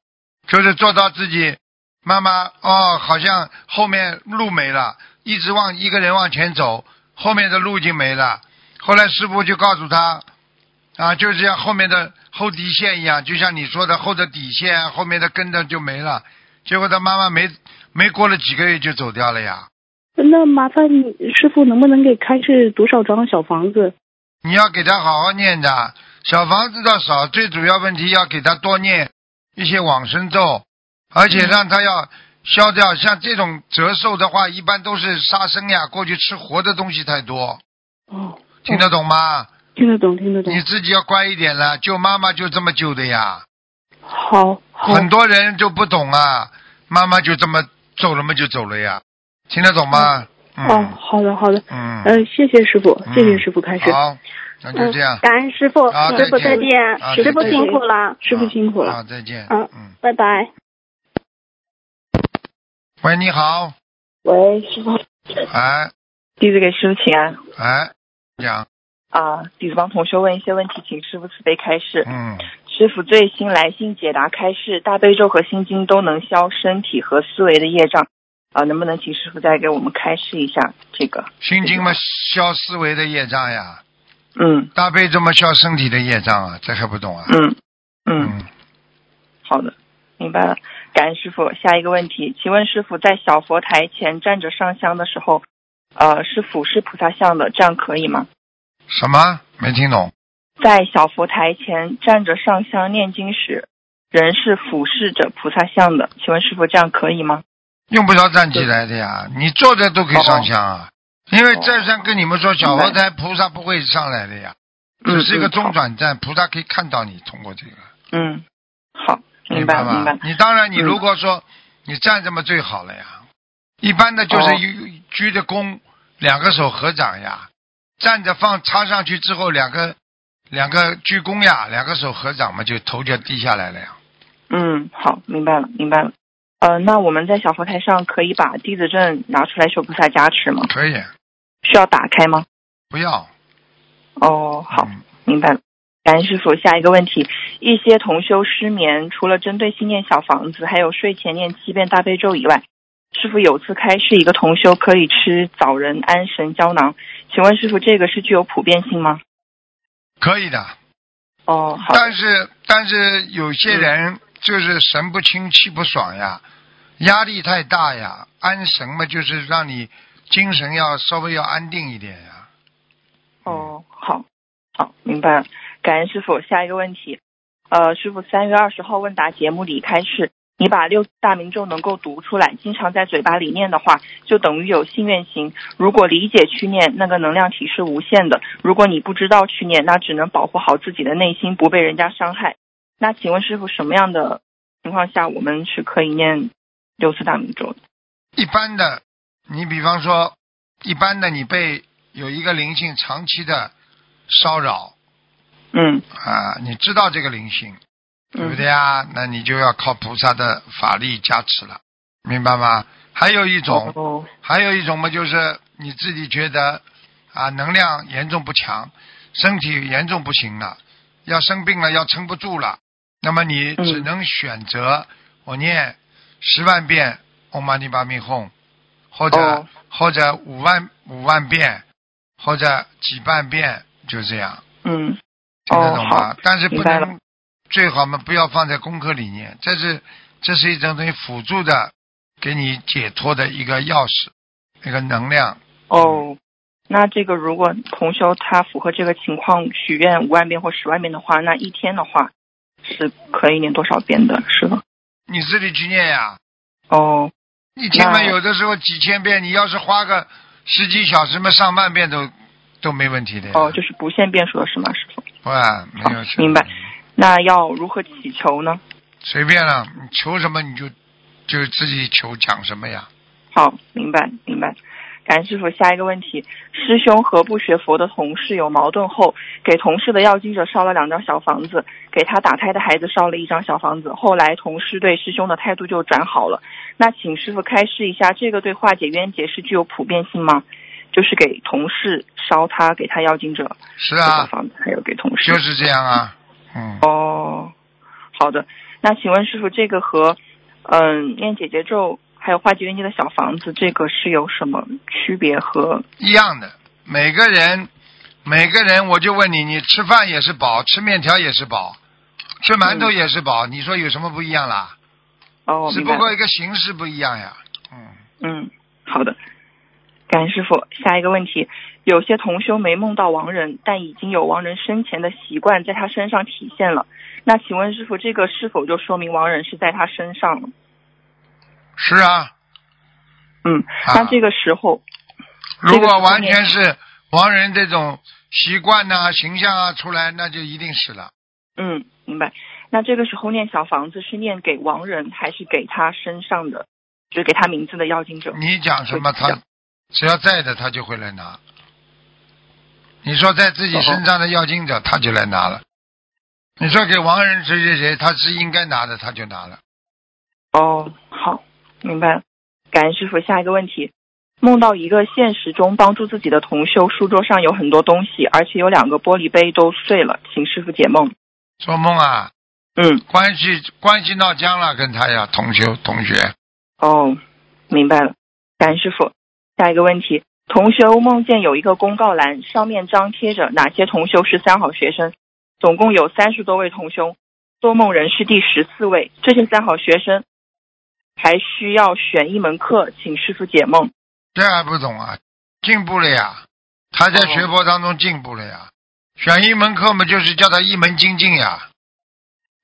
就是做到自己妈妈哦，好像后面路没了，一直往一个人往前走，后面的路已经没了。后来师傅就告诉他，啊，就是像后面的后底线一样，就像你说的后的底线，后面的跟着就没了。结果他妈妈没没过了几个月就走掉了呀。那麻烦师傅能不能给开示多少张小房子？你要给他好好念的，小房子倒少，最主要问题要给他多念一些往生咒，而且让他要消掉。像这种折寿的话，一般都是杀生呀，过去吃活的东西太多，哦，听得懂吗？听得懂，听得懂你。自己要乖一点了，救妈妈就这么救的呀。好，好，哦很多人就不懂啊，妈妈就这么走了嘛，就走了呀，听得懂吗？哦，嗯嗯好的，好的。嗯，呃，谢谢师傅，谢谢师傅开示。好，那就这样嗯，，感恩师傅，好师傅再再见见啊，师傅再见辛苦了，师傅辛苦了。嗯好，再见。嗯嗯，拜拜。喂，你好，喂，师傅，哎。弟子给师傅请啊安哎，讲，啊！弟子帮同学问一些问题，请师傅慈悲开示。嗯，师傅最新来信解答开示，大悲咒和心经都能消身体和思维的业障啊！能不能请师傅再给我们开示一下这个？心经嘛消思维的业障呀，嗯大悲咒嘛消身体的业障啊，这还不懂啊？嗯嗯，嗯，好的，明白了。感恩师傅。下一个问题，请问师傅在小佛台前站着上香的时候，呃，是俯视菩萨像的，这样可以吗？什么没听懂？在小佛台前站着上香念经时，人是俯视着菩萨像的。请问师傅，这样可以吗？用不着站起来的呀，你坐着都可以上香啊。因为再三跟你们说，小佛台菩萨不会上来的呀，只是一个中转站，菩萨可以看到你通过这个，嗯。好嗯，好，明白白了，明白吗了。？你当然，你嗯如果说你站这么最好了呀，一般的就是哦鞠鞠着躬，两个手合掌呀，站着放插上去之后，两个两个鞠躬呀，两个手合掌嘛，就头就低下来了呀。嗯，好，明白了，明白了。呃，那我们在小佛台上可以把弟子证拿出来求菩萨加持吗？可以，需要打开吗？不要。哦，好，嗯明白了。感恩师傅。下一个问题，一些同修失眠，除了针对性念小房子，还有睡前念七遍大悲咒以外，师傅有次开示一个同修可以吃枣仁安神胶囊，请问师傅这个是具有普遍性吗？可以的。哦，好的，但是但是有些嗯人就是神不清气不爽呀，压力太大呀，安神嘛就是让你精神要稍微要安定一点呀。哦，好，好，明白了。感恩师傅。下一个问题，呃，师傅三月二十号问答节目里开示，你把六大名咒能够读出来，经常在嘴巴里念的话，就等于有心愿行。如果理解去念，那个能量体是无限的；如果你不知道去念，那只能保护好自己的内心，不被人家伤害。那请问师傅，什么样的情况下我们是可以念六字大明咒的？一般的，你比方说，一般的你被有一个灵性长期的骚扰嗯啊，你知道这个灵性，对不嗯对啊？那你就要靠菩萨的法力加持了，明白吗？还有一种，哦还有一种嘛，就是你自己觉得啊，能量严重不强，身体严重不行了，要生病了，要撑不住了，那么你嗯只能选择、我念十万遍唵嘛呢叭咪吽，或者、哦或者五万五万遍，或者几万遍，就这样，嗯听得哦懂吗？好但是不明白能最好嘛，不要放在功课里念，这是这是一种等于辅助的，给你解脱的一个钥匙，一个能量。哦，那这个如果同修他符合这个情况，许愿五万遍或十万遍的话，那一天的话是可以念多少遍的，是吗？你自己去念呀、哦，一天嘛，那有的时候几千遍，你要是花个十几小时嘛，上万遍都都没问题的呀。哦，就是不限遍数的是吗，师傅？哇，没有什么明白那要如何祈求呢？随便了，你求什么你就就自己求讲什么呀。好，明白明白。感恩师傅，下一个问题：师兄和不学佛的同事有矛盾后，给同事的要经者烧了两张小房子，给他打胎的孩子烧了一张小房子。后来同事对师兄的态度就转好了。那请师傅开示一下，这个对化解冤结是具有普遍性吗？就是给同事烧他给他要经者是的小啊，房子，还有给同事就是这样啊。嗯，哦，好的。那请问师傅，这个和嗯念姐姐咒还有化解冤结的小房子，这个是有什么区别和？一样的，每个人每个人，我就问你，你吃饭也是饱，吃面条也是饱，吃馒头也是饱，你说有什么不一样啦？哦，只明不白了。过一个形式不一样呀。嗯。嗯，好的。感恩师傅，下一个问题，有些同修没梦到亡人，但已经有亡人生前的习惯在他身上体现了。那请问师傅，这个是否就说明亡人是在他身上了？是啊，嗯，那这个时候，如果完全是亡人这种习惯呐、形象啊出来，那就一定是了。嗯，明白。那这个时候念小房子是念给亡人，还是给他身上的，就是给他名字的要经者？你讲什么，会这他样只要在的，他就会来拿。你说在自己身上的要经者，他就来拿了。你说给亡人谁谁谁，他是应该拿的，他就拿了。哦，好，明白了。感恩师傅。下一个问题，梦到一个现实中帮助自己的同修，书桌上有很多东西，而且有两个玻璃杯都碎了，请师傅解梦。做梦啊，嗯，关系关系闹僵了，跟他呀，同修同学，哦，明白了。感恩师傅。下一个问题，同修梦见有一个公告栏，上面张贴着哪些同修是三好学生，总共有三十多位同修，做梦人是第十四位。这些三好学生还需要选一门课，请师傅解梦。这还不懂啊？进步了呀，他在哦学佛当中进步了呀。选一门课嘛，就是叫他一门精进呀。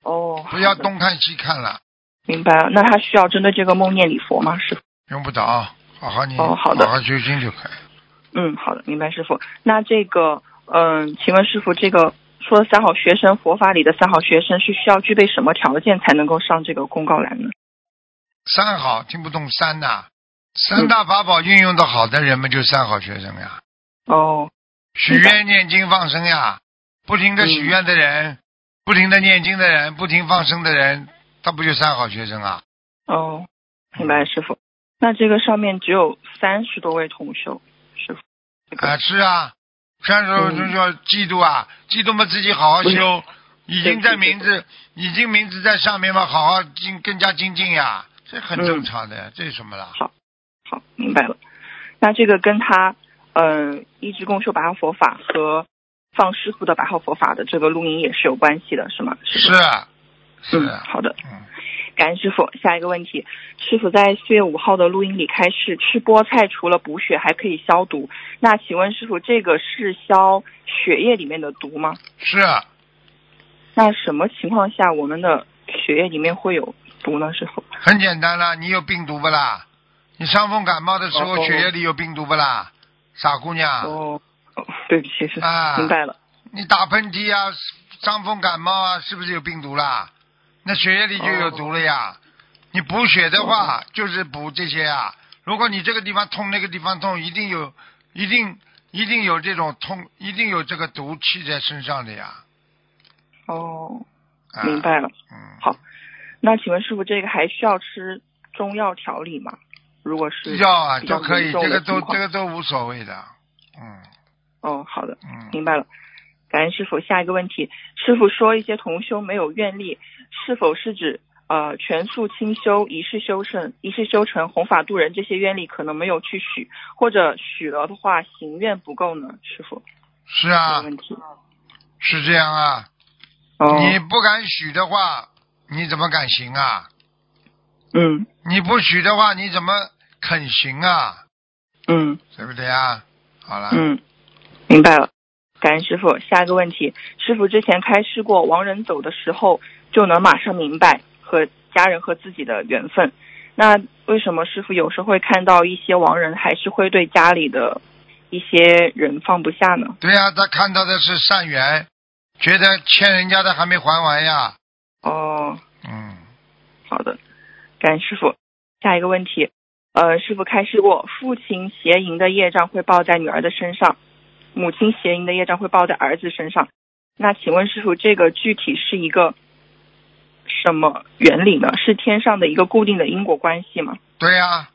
哦，不要好的东看西看了，明白了，那他需要针对这个梦念礼佛吗，师傅？用不着，好好你，哦好的好好修心就可以。嗯，好的，明白，师傅。那这个，嗯、请问师傅，这个说三好学生佛法里的三好学生是需要具备什么条件才能够上这个公告栏呢？三好听不懂三呐、三大法宝运用的好的人们就三好学生呀，哦，许愿、念经、放生呀，不停的许愿的人，嗯不停的念经的人，不停放生的人，他不就三好学生啊？哦，明白，师傅。那这个上面只有三十多位同修，师傅。这个啊，是啊，三十多就要嫉妒啊，嫉妒嘛自己好好嗯不是修，已经在名字，已经名字在上面嘛，好好精更加精进呀，这很嗯正常的，这有什么啦？好好，明白了。那这个跟他呃一直共修白话佛法和放师傅的白话佛法的这个录音也是有关系的，是吗？是啊，是嗯，啊，好的，嗯，感恩师傅。下一个问题，师傅在四月五号的录音里开示，吃菠菜除了补血还可以消毒。那请问师傅，这个是消血液里面的毒吗？是啊，那什么情况下我们的血液里面会有毒呢？师傅？很简单啦，你有病毒不啦？你伤风感冒的时候哦血液里有病毒不啦？傻姑娘，哦，哦对不起，师傅，啊明白了。你打喷嚏啊，伤风感冒啊，是不是有病毒啦？那血液里就有毒了呀。你补血的话，嗯就是补这些啊。如果你这个地方痛，那个地方痛，一定有，一定一定有这种痛，一定有这个毒气在身上的呀。哦，啊、明。白了。嗯，好那请问师傅，这个还需要吃中药调理吗？如果是药啊比较都可以，严重这个的都情况这个都无所谓的。嗯哦，好的，嗯，明白了。感恩师傅。下一个问题，师傅说一些同修没有愿力，是否是指呃全素清修、一世修成、一世修成、弘法度人这些愿力可能没有去许，或者许了的话行愿不够呢？师傅，是这啊个，问题。是这样啊。嗯哦，你不敢许的话，你怎么敢行啊？嗯你不许的话，你怎么肯行啊？嗯。对不对啊？好了，嗯，明白了。感恩师傅。下一个问题，师傅之前开示过，亡人走的时候就能马上明白和家人和自己的缘分。那为什么师傅有时候会看到一些亡人还是会对家里的一些人放不下呢？对呀、他看到的是善缘，觉得欠人家的还没还完呀。哦，嗯，好的，感恩师傅。下一个问题，呃，师傅开示过，父亲邪淫的业障会报在女儿的身上，母亲邪淫的业障会报在儿子身上。那请问师傅，这个具体是一个什么原理呢？是天上的一个固定的因果关系吗？对呀、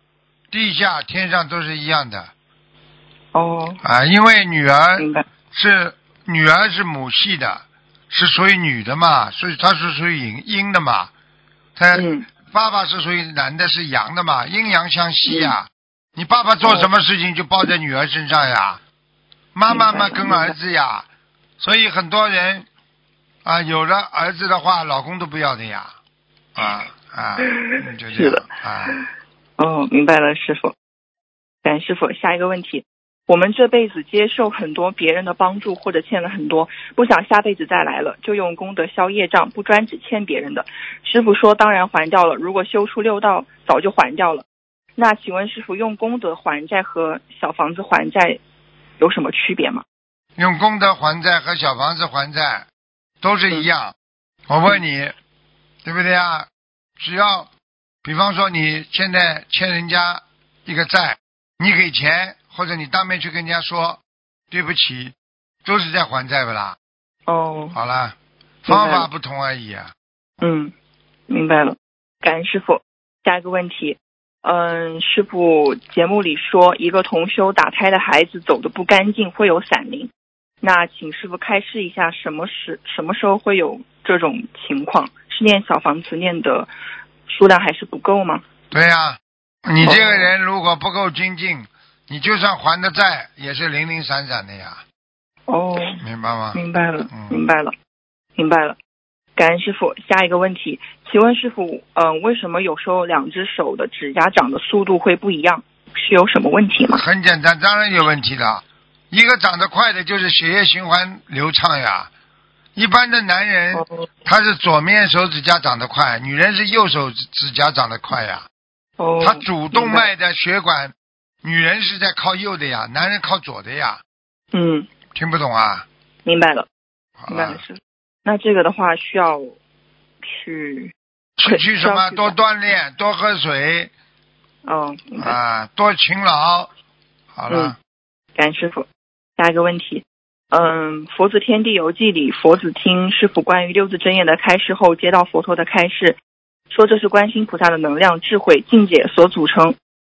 地下天上都是一样的哦，啊，因为女儿明白。是女儿是母系的，是属于女的嘛，所以她是属于阴阴的嘛，她嗯，爸爸是属于男的，是阳的嘛，阴阳相吸呀、嗯你爸爸做什么事情就包在女儿身上呀，妈妈嘛明白了跟儿子呀，所以很多人啊，有了儿子的话，老公都不要的呀，啊 <laughs> 啊，嗯就这是的样啊，哦，明白了，师傅。感恩师傅。下一个问题，我们这辈子接受很多别人的帮助或者欠了很多，不想下辈子再来了，就用功德消业障，不专只欠别人的。师傅说，当然还掉了，如果修出六道，早就还掉了。那请问师傅，用功德还债和小房子还债有什么区别吗？用功德还债和小房子还债都是一样。我问你，对不对啊？只要，比方说你现在欠人家一个债，你给钱或者你当面去跟人家说对不起，都是在还债不啦？哦，好啦，明白方了法不同而已啊。嗯，明白了，感恩师傅。下一个问题，嗯，师傅节目里说，一个同修打胎的孩子走的不干净会有散灵，那请师傅开示一下，什么时什么时候会有这种情况？是念小房子念的数量还是不够吗？对呀、你这个人如果不够精进，你就算还的债也是零零散散的呀，哦，明白吗？明白了嗯，明白了，明白了。感恩师傅，下一个问题，请问师傅，嗯、为什么有时候两只手的指甲长的速度会不一样？是有什么问题吗？很简单，当然有问题的。一个长得快的，就是血液循环流畅呀。一般的男人，哦他是左面手指甲长得快，女人是右手指指甲长得快呀。哦，他主动明白脉的血管，女人是在靠右的呀，男人靠左的呀。嗯，听不懂啊？明白了，好明白了了，，师傅。那这个的话需要去，去去什么？需要去多锻炼，多喝水嗯，明白。嗯啊，多勤劳。好了，感恩师傅。下一个问题，嗯，《佛子天地游记》里，佛子听师傅关于六字真言的开示后，接到佛陀的开示，说这是观世音菩萨的能量、智慧、境界所组成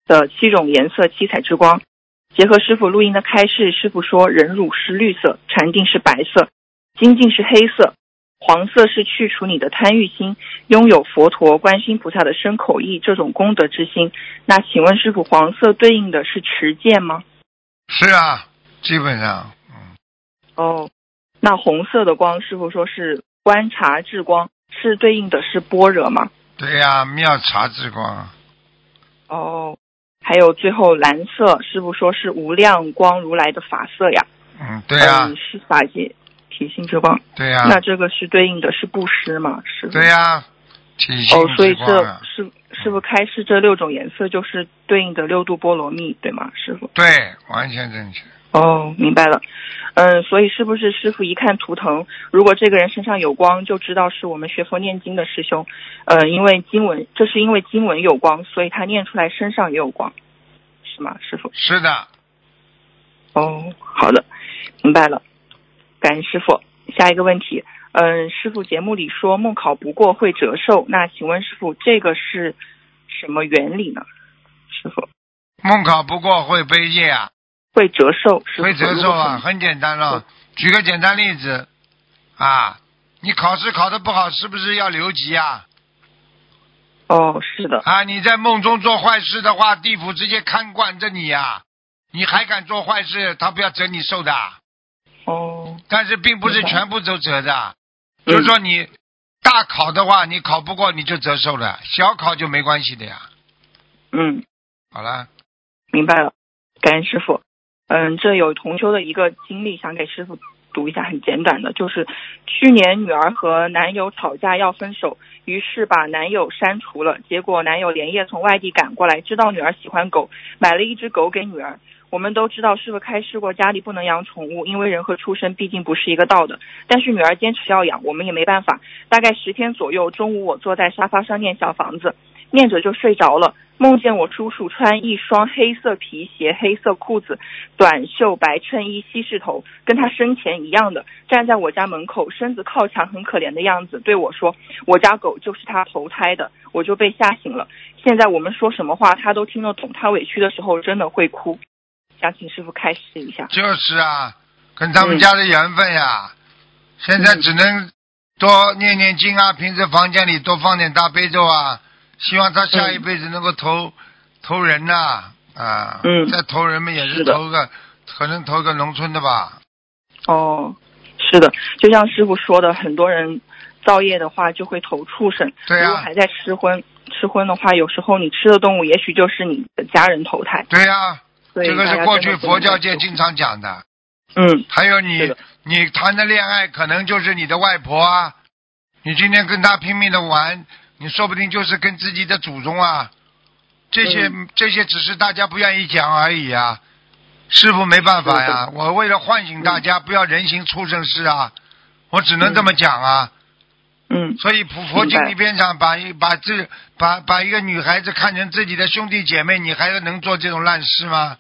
的七种颜色、七彩之光。结合师傅录音的开示，师傅说忍辱是绿色，禅定是白色，精进是黑色，黄色是去除你的贪欲心，拥有佛陀、观世音菩萨的身口意这种功德之心。那请问师傅，黄色对应的是持戒吗？是啊，基本上，哦，那红色的光，师傅说是观察智光，是对应的是般若吗？对呀、妙察之光，哦，还有最后蓝色，师傅说是无量光如来的法色呀。嗯，对呀、嗯，是法界体性之光。对呀、那这个是对应的是布施嘛？是对呀、体哦，性所之以光这啊，是是不是开示这六种颜色就是对应的六度波罗蜜，对吗，师傅？对，完全正确。哦，明白了。嗯，所以是不是师傅一看图腾，如果这个人身上有光，就知道是我们学佛念经的师兄。呃，因为经文，这是因为经文有光，所以他念出来身上也有光，是吗，师傅？是的，哦，好的，明白了，感恩师傅。下一个问题，嗯，师傅节目里说梦考不过会折寿，那请问师傅这个是什么原理呢？师傅梦考不过会悲业啊，会折寿，师傅会折寿啊，？很简单了、举个简单例子，啊，你考试考得不好，是不是要留级啊？哦，是的，啊，你在梦中做坏事的话，地府直接看管着你呀、啊你还敢做坏事，他不要折你寿的。啊哦，但是并不是明白全部都折的，啊嗯就是说你大考的话，你考不过你就折寿了，小考就没关系的呀。嗯，好了，明白了，感恩师傅。嗯，这有同修的一个经历，想给师傅读一下，很简短的，就是去年女儿和男友吵架要分手，于是把男友删除了。结果男友连夜从外地赶过来，知道女儿喜欢狗，买了一只狗给女儿。我们都知道师傅开示过，家里不能养宠物，因为人和畜生毕竟不是一个道的。但是女儿坚持要养，我们也没办法。大概十天左右，中午我坐在沙发上念小房子，念着就睡着了，梦见我叔叔穿一双黑色皮鞋、黑色裤子、短袖白衬衣、西式头，跟他生前一样的，站在我家门口，身子靠墙，很可怜的样子，对我说：“我家狗就是他投胎的。”我就被吓醒了。现在我们说什么话他都听得懂，他委屈的时候真的会哭。想请师傅开示一下。就是啊，跟他们嗯家的缘分呀、现在嗯只能多念念经啊，平时房间里多放点大悲咒啊，希望他下一嗯辈子能够投投人呐啊，嗯再投人们也是是的投个，可能投个农村的吧，哦，是的，就像师傅说的，很多人造业的话就会投畜生。对啊如果还在吃荤，吃荤的话，有时候你吃的动物也许就是你的家人投胎。对呀、所以这个大是家过真去的不佛能教再界吃经常讲的，嗯还有是你的，你谈的恋爱可能就是你的外婆啊，你今天跟她拼命的玩，你说不定就是跟自己的祖宗啊，这些、嗯这些只是大家不愿意讲而已啊。师傅没办法呀，我为了唤醒大家不要人形畜生事啊，我只能这么讲啊。嗯所以普佛明经白里边讲，把一把这把把一个女孩子看成自己的兄弟姐妹，你还能做这种烂事吗？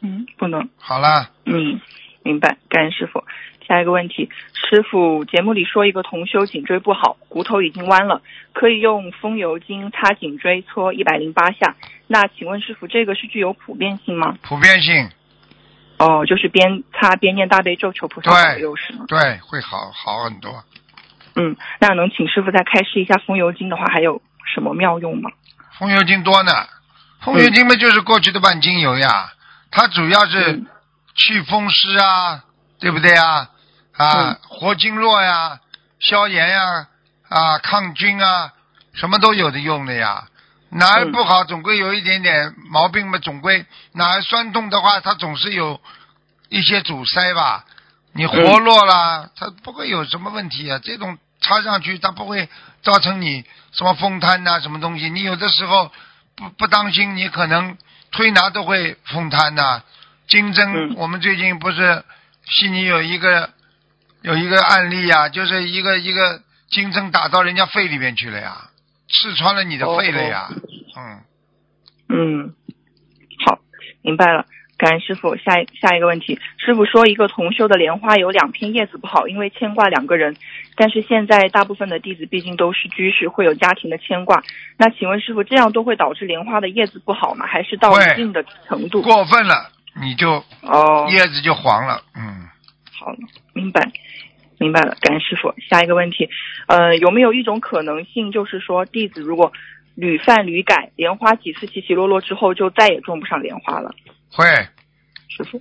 嗯，不能。好了。嗯，明白，感恩师傅。下一个问题，师傅节目里说一个同修颈椎不好，骨头已经弯了，可以用风油精擦颈椎搓一百零八下。那请问师傅，这个是具有普遍性吗？普遍性，哦，就是边擦边念大悲咒求菩萨对保佑是吗？对，会好好很多。嗯，那能请师傅再开示一下风油精的话还有什么妙用吗？风油精多呢，风油精嘛就是过去的万金油呀，它主要是嗯去风湿啊，对不对啊？啊，活经络呀，消炎呀，啊，抗菌啊，什么都有的用的呀。哪儿嗯不好，总归有一点点毛病嘛，总归哪儿酸痛的话，它总是有一些阻塞吧。你活络啦，它不会有什么问题啊。这种插上去，它不会造成你什么风瘫呐、什么东西。你有的时候不不当心，你可能推拿都会风瘫呐、金针，嗯我们最近不是悉尼有一个有一个案例啊，就是一个一个金针打到人家肺里面去了呀，刺穿了你的肺了哦呀。嗯，嗯，好，明白了。感恩师傅，下一下一个问题，师傅说一个同修的莲花有两片叶子不好，因为牵挂两个人，但是现在大部分的弟子毕竟都是居士，会有家庭的牵挂。那请问师傅，这样都会导致莲花的叶子不好吗？还是到会一定的程度？过分了，你就哦，叶子就黄了。嗯，好了，明白。明白了，感恩师傅。下一个问题，呃，有没有一种可能性，就是说弟子如果屡犯屡改，莲花几次起起落落之后，就再也种不上莲花了？会师傅，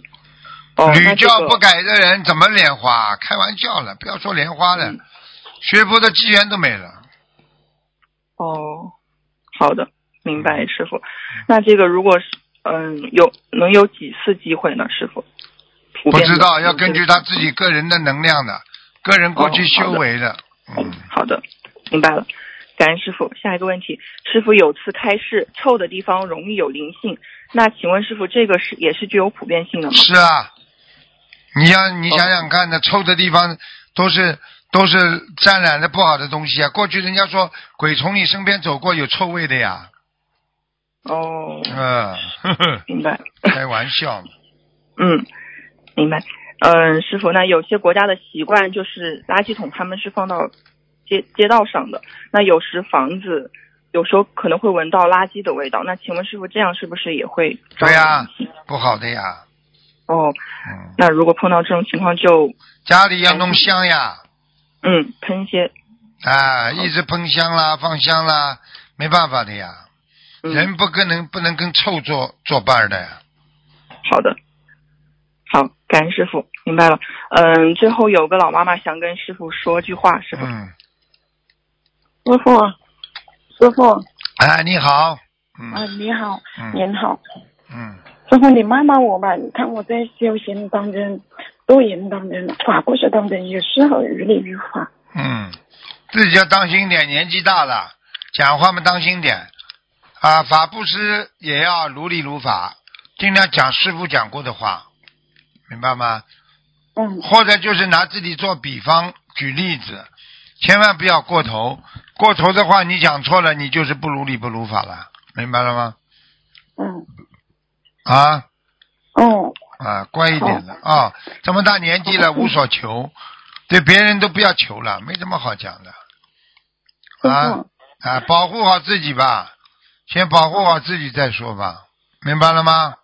哦，屡那这教个不改的人怎么莲花？开玩笑了，不要说莲花了嗯，学佛的机缘都没了。哦，好的，明白，师傅。那这个如果是嗯、有能有几次机会呢，师傅？普不遍的知道，要根据他自己个人的能量的，个人过去哦修好的为的。嗯，哎好的，明白了。感恩师傅。下一个问题，师傅有次开示，臭的地方容易有灵性，那请问师傅，这个是也是具有普遍性的吗？是啊，你想你哦想想看呢，臭的地方都是都是沾染的不好的东西啊。过去人家说鬼从你身边走过有臭味的呀，哦， <laughs> 嗯，呵呵明白。开玩笑嘛，嗯，明白。嗯，师傅，那有些国家的习惯就是垃圾桶他们是放到街街道上的，那有时房子有时候可能会闻到垃圾的味道。那请问师傅，这样是不是也会招对呀人灵性不好的呀。哦，嗯，那如果碰到这种情况就家里要弄香呀，嗯喷一些啊，一直喷香啦，放香啦，没办法的呀。嗯人不可能不能跟臭做做伴儿的呀。好的。好，感恩师傅，明白了。嗯，最后有个老妈妈想跟师傅说句话，师傅。嗯，师傅，师傅，哎，你好，啊，嗯你好，嗯您好，嗯，师傅，你骂骂我吧，你看我在修行当中、多言当中、法故事当中，有时候于理于法。嗯，自己要当心点，年纪大了，讲话嘛当心点。啊，法布施也要如理如法，尽量讲师傅讲过的话，明白吗？嗯，或者就是拿自己做比方举例子，千万不要过头。过头的话，你讲错了，你就是不如理不如法了，明白了吗？嗯，啊哦，啊，乖一点的啊！这么大年纪了，无所求，对别人都不要求了，没什么好讲的。师傅，啊啊，保护好自己吧，先保护好自己再说吧，明白了吗？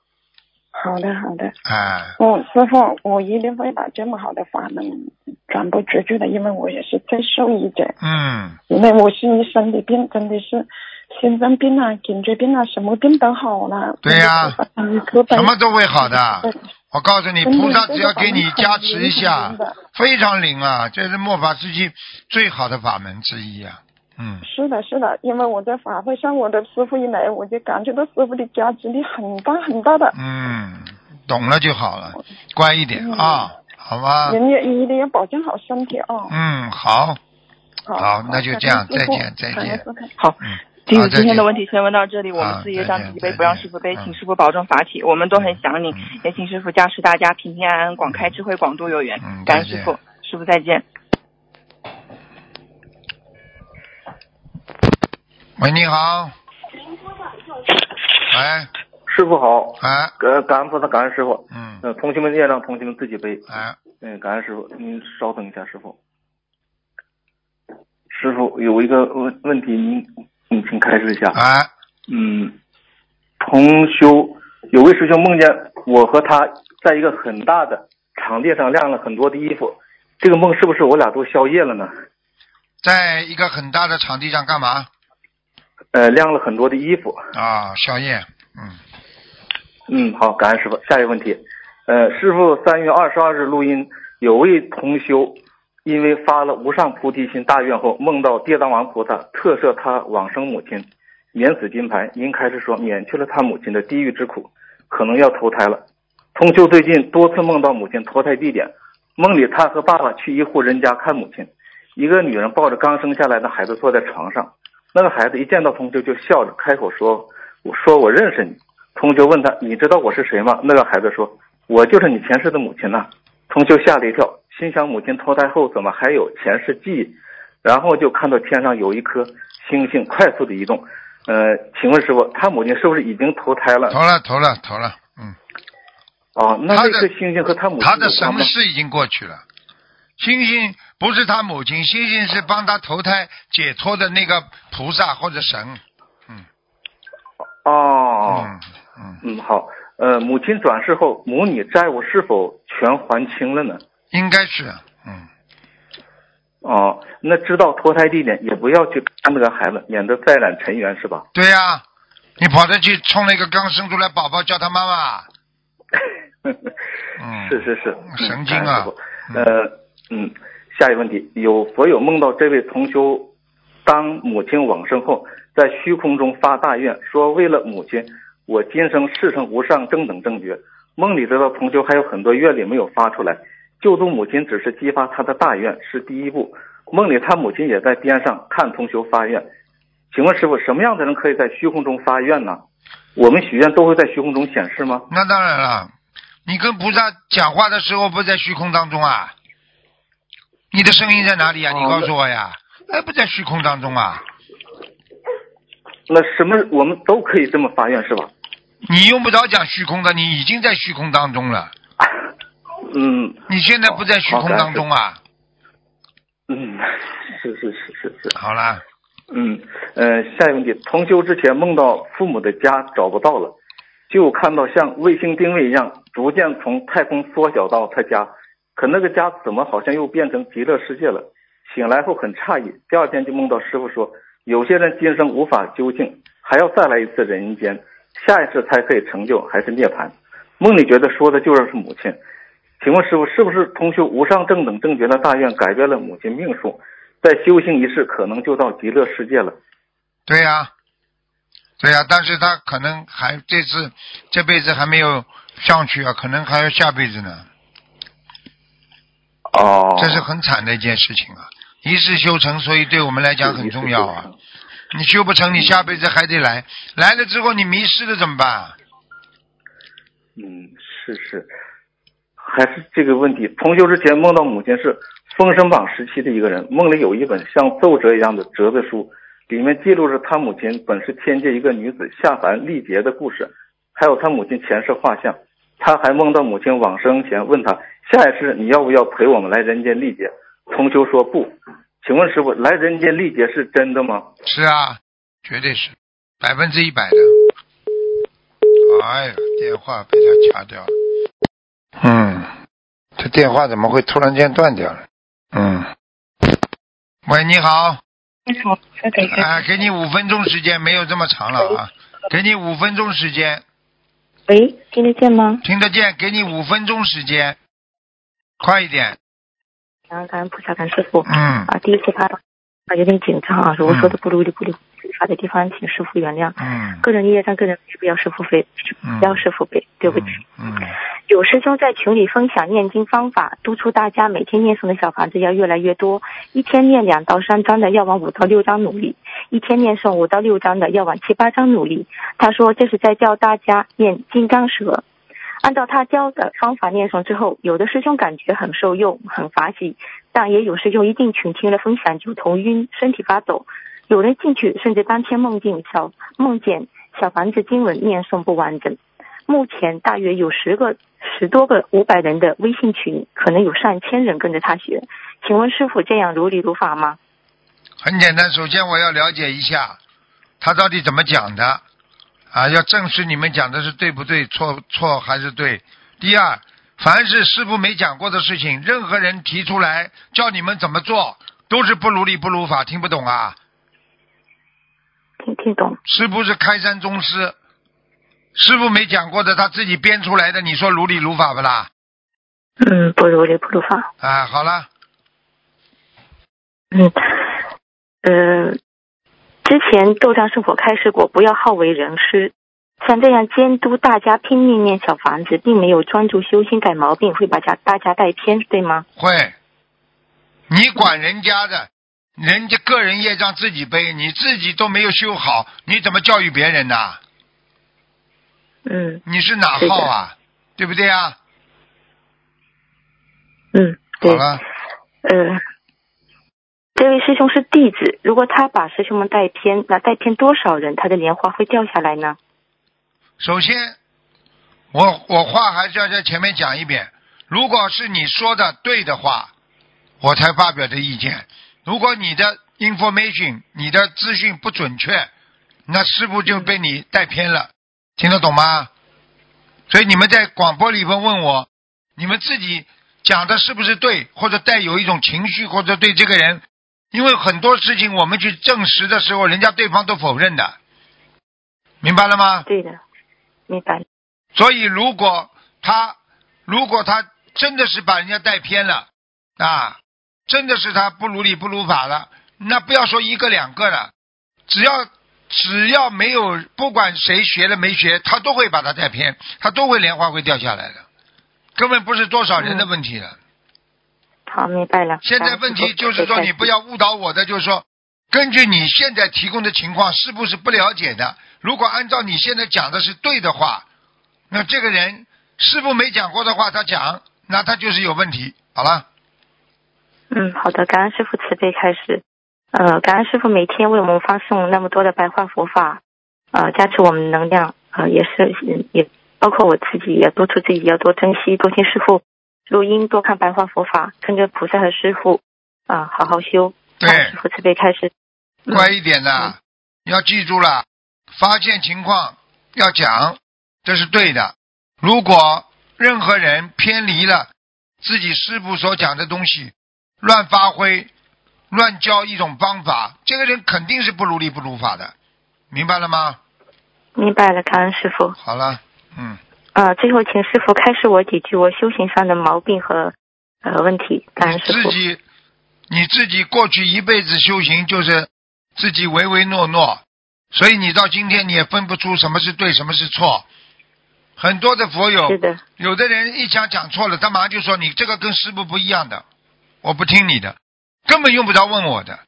好的好的，哎，哦，师傅，我一定会把这么好的法门传播出去的，因为我也是最受益者。嗯，因为我是一身的病，真的是心脏病啊、颈椎病啊，什么病都好了。对呀嗯可悲什么都会好的。我告诉你，嗯真的菩萨这只个要法给门你很加灵持一很下灵的，非常灵啊！这是末法时期最好的法门之一啊。嗯，是的，是的，因为我在法会上，我的师傅一来，我就感觉到师傅的加持力很大很大的。嗯，懂了就好了，乖一点啊，嗯好吗？人也一定要保健好身体哦。嗯，好，好好那就这样感恩师傅再见再见感恩师傅好，嗯，弟好子今再天的见问题先问到这里，我好们自己也再当见慈悲，再不让见师傅悲，嗯请师傅保重法体，我们都很想你嗯，也请师傅加持大家平平安安，广开智慧，广度有缘嗯，感再恩师见傅，师傅再见。喂，你好。喂，师傅好，哎，感感恩菩萨，感恩师傅。嗯，呃，同学们业障，同学们自己背。哎，嗯，感恩师傅，您稍等一下，师傅。师傅有一个问问题，您您请开示一下。哎，嗯，同修有位师兄梦见我和他在一个很大的场地上晾了很多的衣服，这个梦是不是我俩都宵夜了呢？在一个很大的场地上干嘛？呃，晾了很多的衣服。啊，宵夜，嗯，嗯，好，感恩师傅。下一个问题，呃，师傅三月二十二日录音，有位同修因为发了无上菩提心大愿后，梦到地藏王菩萨特赦他往生母亲，免死金牌。您开始说免去了他母亲的地狱之苦，可能要投胎了。同修最近多次梦到母亲投胎地点，梦里他和爸爸去一户人家看母亲，一个女人抱着刚生下来的孩子坐在床上，那个孩子一见到同修就笑着开口说：“我说我认识你。”同学问他：“你知道我是谁吗？”那个孩子说：“我就是你前世的母亲呐、同学吓了一跳，心想母亲投胎后怎么还有前世记忆？然后就看到天上有一颗星星快速的移动。呃，请问师傅，他母亲是不是已经投胎了投？了，投了，投了，嗯，哦，那他这的颗星星和他母亲他的有关神吗？事已经过去了。星星不是他母亲，星星是帮他投胎解脱的那个菩萨或者神。哦，嗯嗯，嗯，好。呃，母亲转世后，母女债务是否全还清了呢？应该是，嗯，哦，那知道脱胎地点也不要去看这个孩子，免得再染尘缘，是吧？对呀、你跑着去冲了一个刚生出来宝宝叫他妈妈，嗯，是是是，嗯神经！感恩啊师！傅呃，嗯，下一个问题，有佛友梦到这位同修，当母亲往生后，在虚空中发大愿，说为了母亲，我今生事成无上正等正觉。梦里得到同修还有很多愿力没有发出来，救助母亲只是激发他的大愿，是第一步。梦里他母亲也在边上看同修发愿，请问师傅，什么样的人可以在虚空中发愿呢？我们许愿都会在虚空中显示吗？那当然了，你跟菩萨讲话的时候不在虚空当中啊？你的声音在哪里呀、啊？你哦告诉我呀！哎，不在虚空当中啊！那什么，我们都可以这么发愿是吧？ <laughs> 你用不着讲虚空的，你已经在虚空当中了。嗯你现在不在虚空当中啊？嗯，是是是是是，好啦，嗯呃，下一个问题，同修之前梦到父母的家找不到了，就看到像卫星定位一样，逐渐从太空缩小到他家，可那个家怎么好像又变成极乐世界了？醒来后很诧异，第二天就梦到师傅说，有些人今生无法究竟，还要再来一次人间，下一次才可以成就，还是涅槃。梦里觉得说的就是母亲，请问师傅，是不是同修无上正等正觉的大愿改变了母亲命数，在修行一世可能就到极乐世界了？对呀、对呀、但是他可能还这次这辈子还没有上去啊，可能还要下辈子呢，哦这是很惨的一件事情啊。一世修成，所以对我们来讲很重要啊。。你修不成，你下辈子还得来，来了之后你迷失了怎么办？嗯，是是，还是这个问题。同修之前梦到母亲是《封神榜》时期的一个人，梦里有一本像奏折一样的折子书，里面记录着他母亲本是天界一个女子下凡历劫的故事，还有他母亲前世画像。他还梦到母亲往生前问他：“下一世你要不要陪我们来人间历劫？”同修说不。请问师傅，来人间历劫是真的吗？是啊，绝对是百分之一百的。哎呀，电话被他掐掉了。嗯，这电话怎么会突然间断掉了？嗯。喂，你好。你好，啊，给你五分钟时间，没有这么长了啊，给你五分钟时间，喂，听得见吗？听得见，给你五分钟时间，快一点，感恩感恩菩萨，感恩师傅嗯啊！第一次发到啊，有点紧张啊，如果说的不如理不如法的地方，请师傅原谅。嗯个人业障，个人不要师傅背，嗯不要师傅背，对不起。嗯，有师兄在群里分享念经方法，督促大家每天念诵的小房子要越来越多，一天念两到三章的要往五到六章努力，一天念诵五到六章的要往七八章努力。他说这是在教大家念金刚舌。按照他教的方法念诵之后，有的师兄感觉很受用，很法喜，但也有师兄一进群听了分享就头晕、身体发抖，有人进去甚至当天梦境小梦见小房子经文念诵不完整。目前大约有十个、十多个五百人的微信群，可能有上千人跟着他学。请问师傅，这样如理如法吗？很简单，首先我要了解一下他到底怎么讲的啊，要证实你们讲的是对不对，错错还是对。第二，凡是师傅没讲过的事情，任何人提出来叫你们怎么做，都是不如理不如法，听不懂啊？听听懂？师傅是开山宗师，师傅没讲过的他自己编出来的，你说如理如法不啦？嗯，不如理不如法。啊，好了，嗯，呃，之前斗战胜佛开示过，不要好为人师。像这样监督大家拼命念小房子，并没有专注修心改毛病，会把家大家带偏，对吗？会。你管人家的，人家个人业障自己背，你自己都没有修好，你怎么教育别人呢、嗯你是哪号啊？对不对啊？嗯，好对。了，呃，这位师兄是弟子，如果他把师兄们带偏，那带偏多少人，他的莲花会掉下来呢？首先，我我话还是要在前面讲一遍。如果是你说的对的话，我才发表的意见。如果你的 information、你的资讯不准确，那师傅就被你带偏了，听得懂吗？所以你们在广播里边问我，你们自己讲的是不是对，或者带有一种情绪，或者对这个人，因为很多事情我们去证实的时候，人家对方都否认的，明白了吗？对的，明白。所以如果他如果他真的是把人家带偏了啊，真的是他不如理不如法了，那不要说一个两个了，只要只要没有不管谁学了没学，他都会把他带偏，他都会莲花会掉下来的，根本不是多少人的问题了。好，明白了。现在问题就是说，你不要误导我的，就是说，根据你现在提供的情况，是不是不了解的？如果按照你现在讲的是对的话，那这个人师傅没讲过的话，他讲，那他就是有问题。好了，嗯，好的，感恩师傅慈悲开始。呃，感恩师傅每天为我们发送那么多的白话佛法，呃，加持我们能量，呃，也是嗯也包括我自己也督促自己要多珍惜，多听师傅录音，多看白话佛法，跟着菩萨和师傅啊、呃好好修。对感恩师傅慈悲开始。嗯哎乖一点啦，要记住了，发现情况要讲，这是对的。如果任何人偏离了自己师傅所讲的东西，乱发挥、乱教一种方法，这个人肯定是不如理不如法的，明白了吗？明白了，感恩师傅。好了，嗯，啊，最后请师傅开示我几句我修行上的毛病和呃问题。感恩师自傅。己你自己过去一辈子修行就是自己唯唯诺诺，所以你到今天你也分不出什么是对，什么是错。很多的佛友是的，有的人一讲讲错了，他马上就说你这个跟师傅不一样的，我不听你的，根本用不着问我的，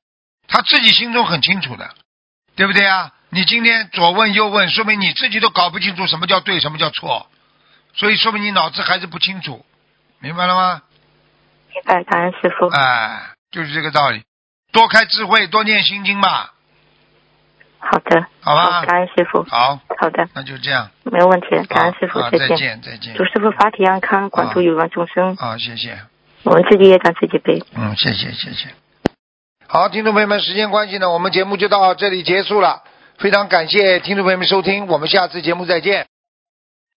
他自己心中很清楚的，对不对啊？你今天左问右问，说明你自己都搞不清楚什么叫对，什么叫错，所以说明你脑子还是不清楚，明白了吗？明白，感恩师傅。哎，就是这个道理，多开智慧，多念心经吧，好的，好吧？感恩师傅。好，好的，那就这样，没有问题。感恩师傅，啊，再见，再见祝，师傅法体安康，广度有缘众生。啊，谢谢。我们自己也长自己背。嗯，谢谢谢谢。好，听众朋友们，时间关系呢，我们节目就到这里结束了。非常感谢听众朋友们收听，我们下次节目再见。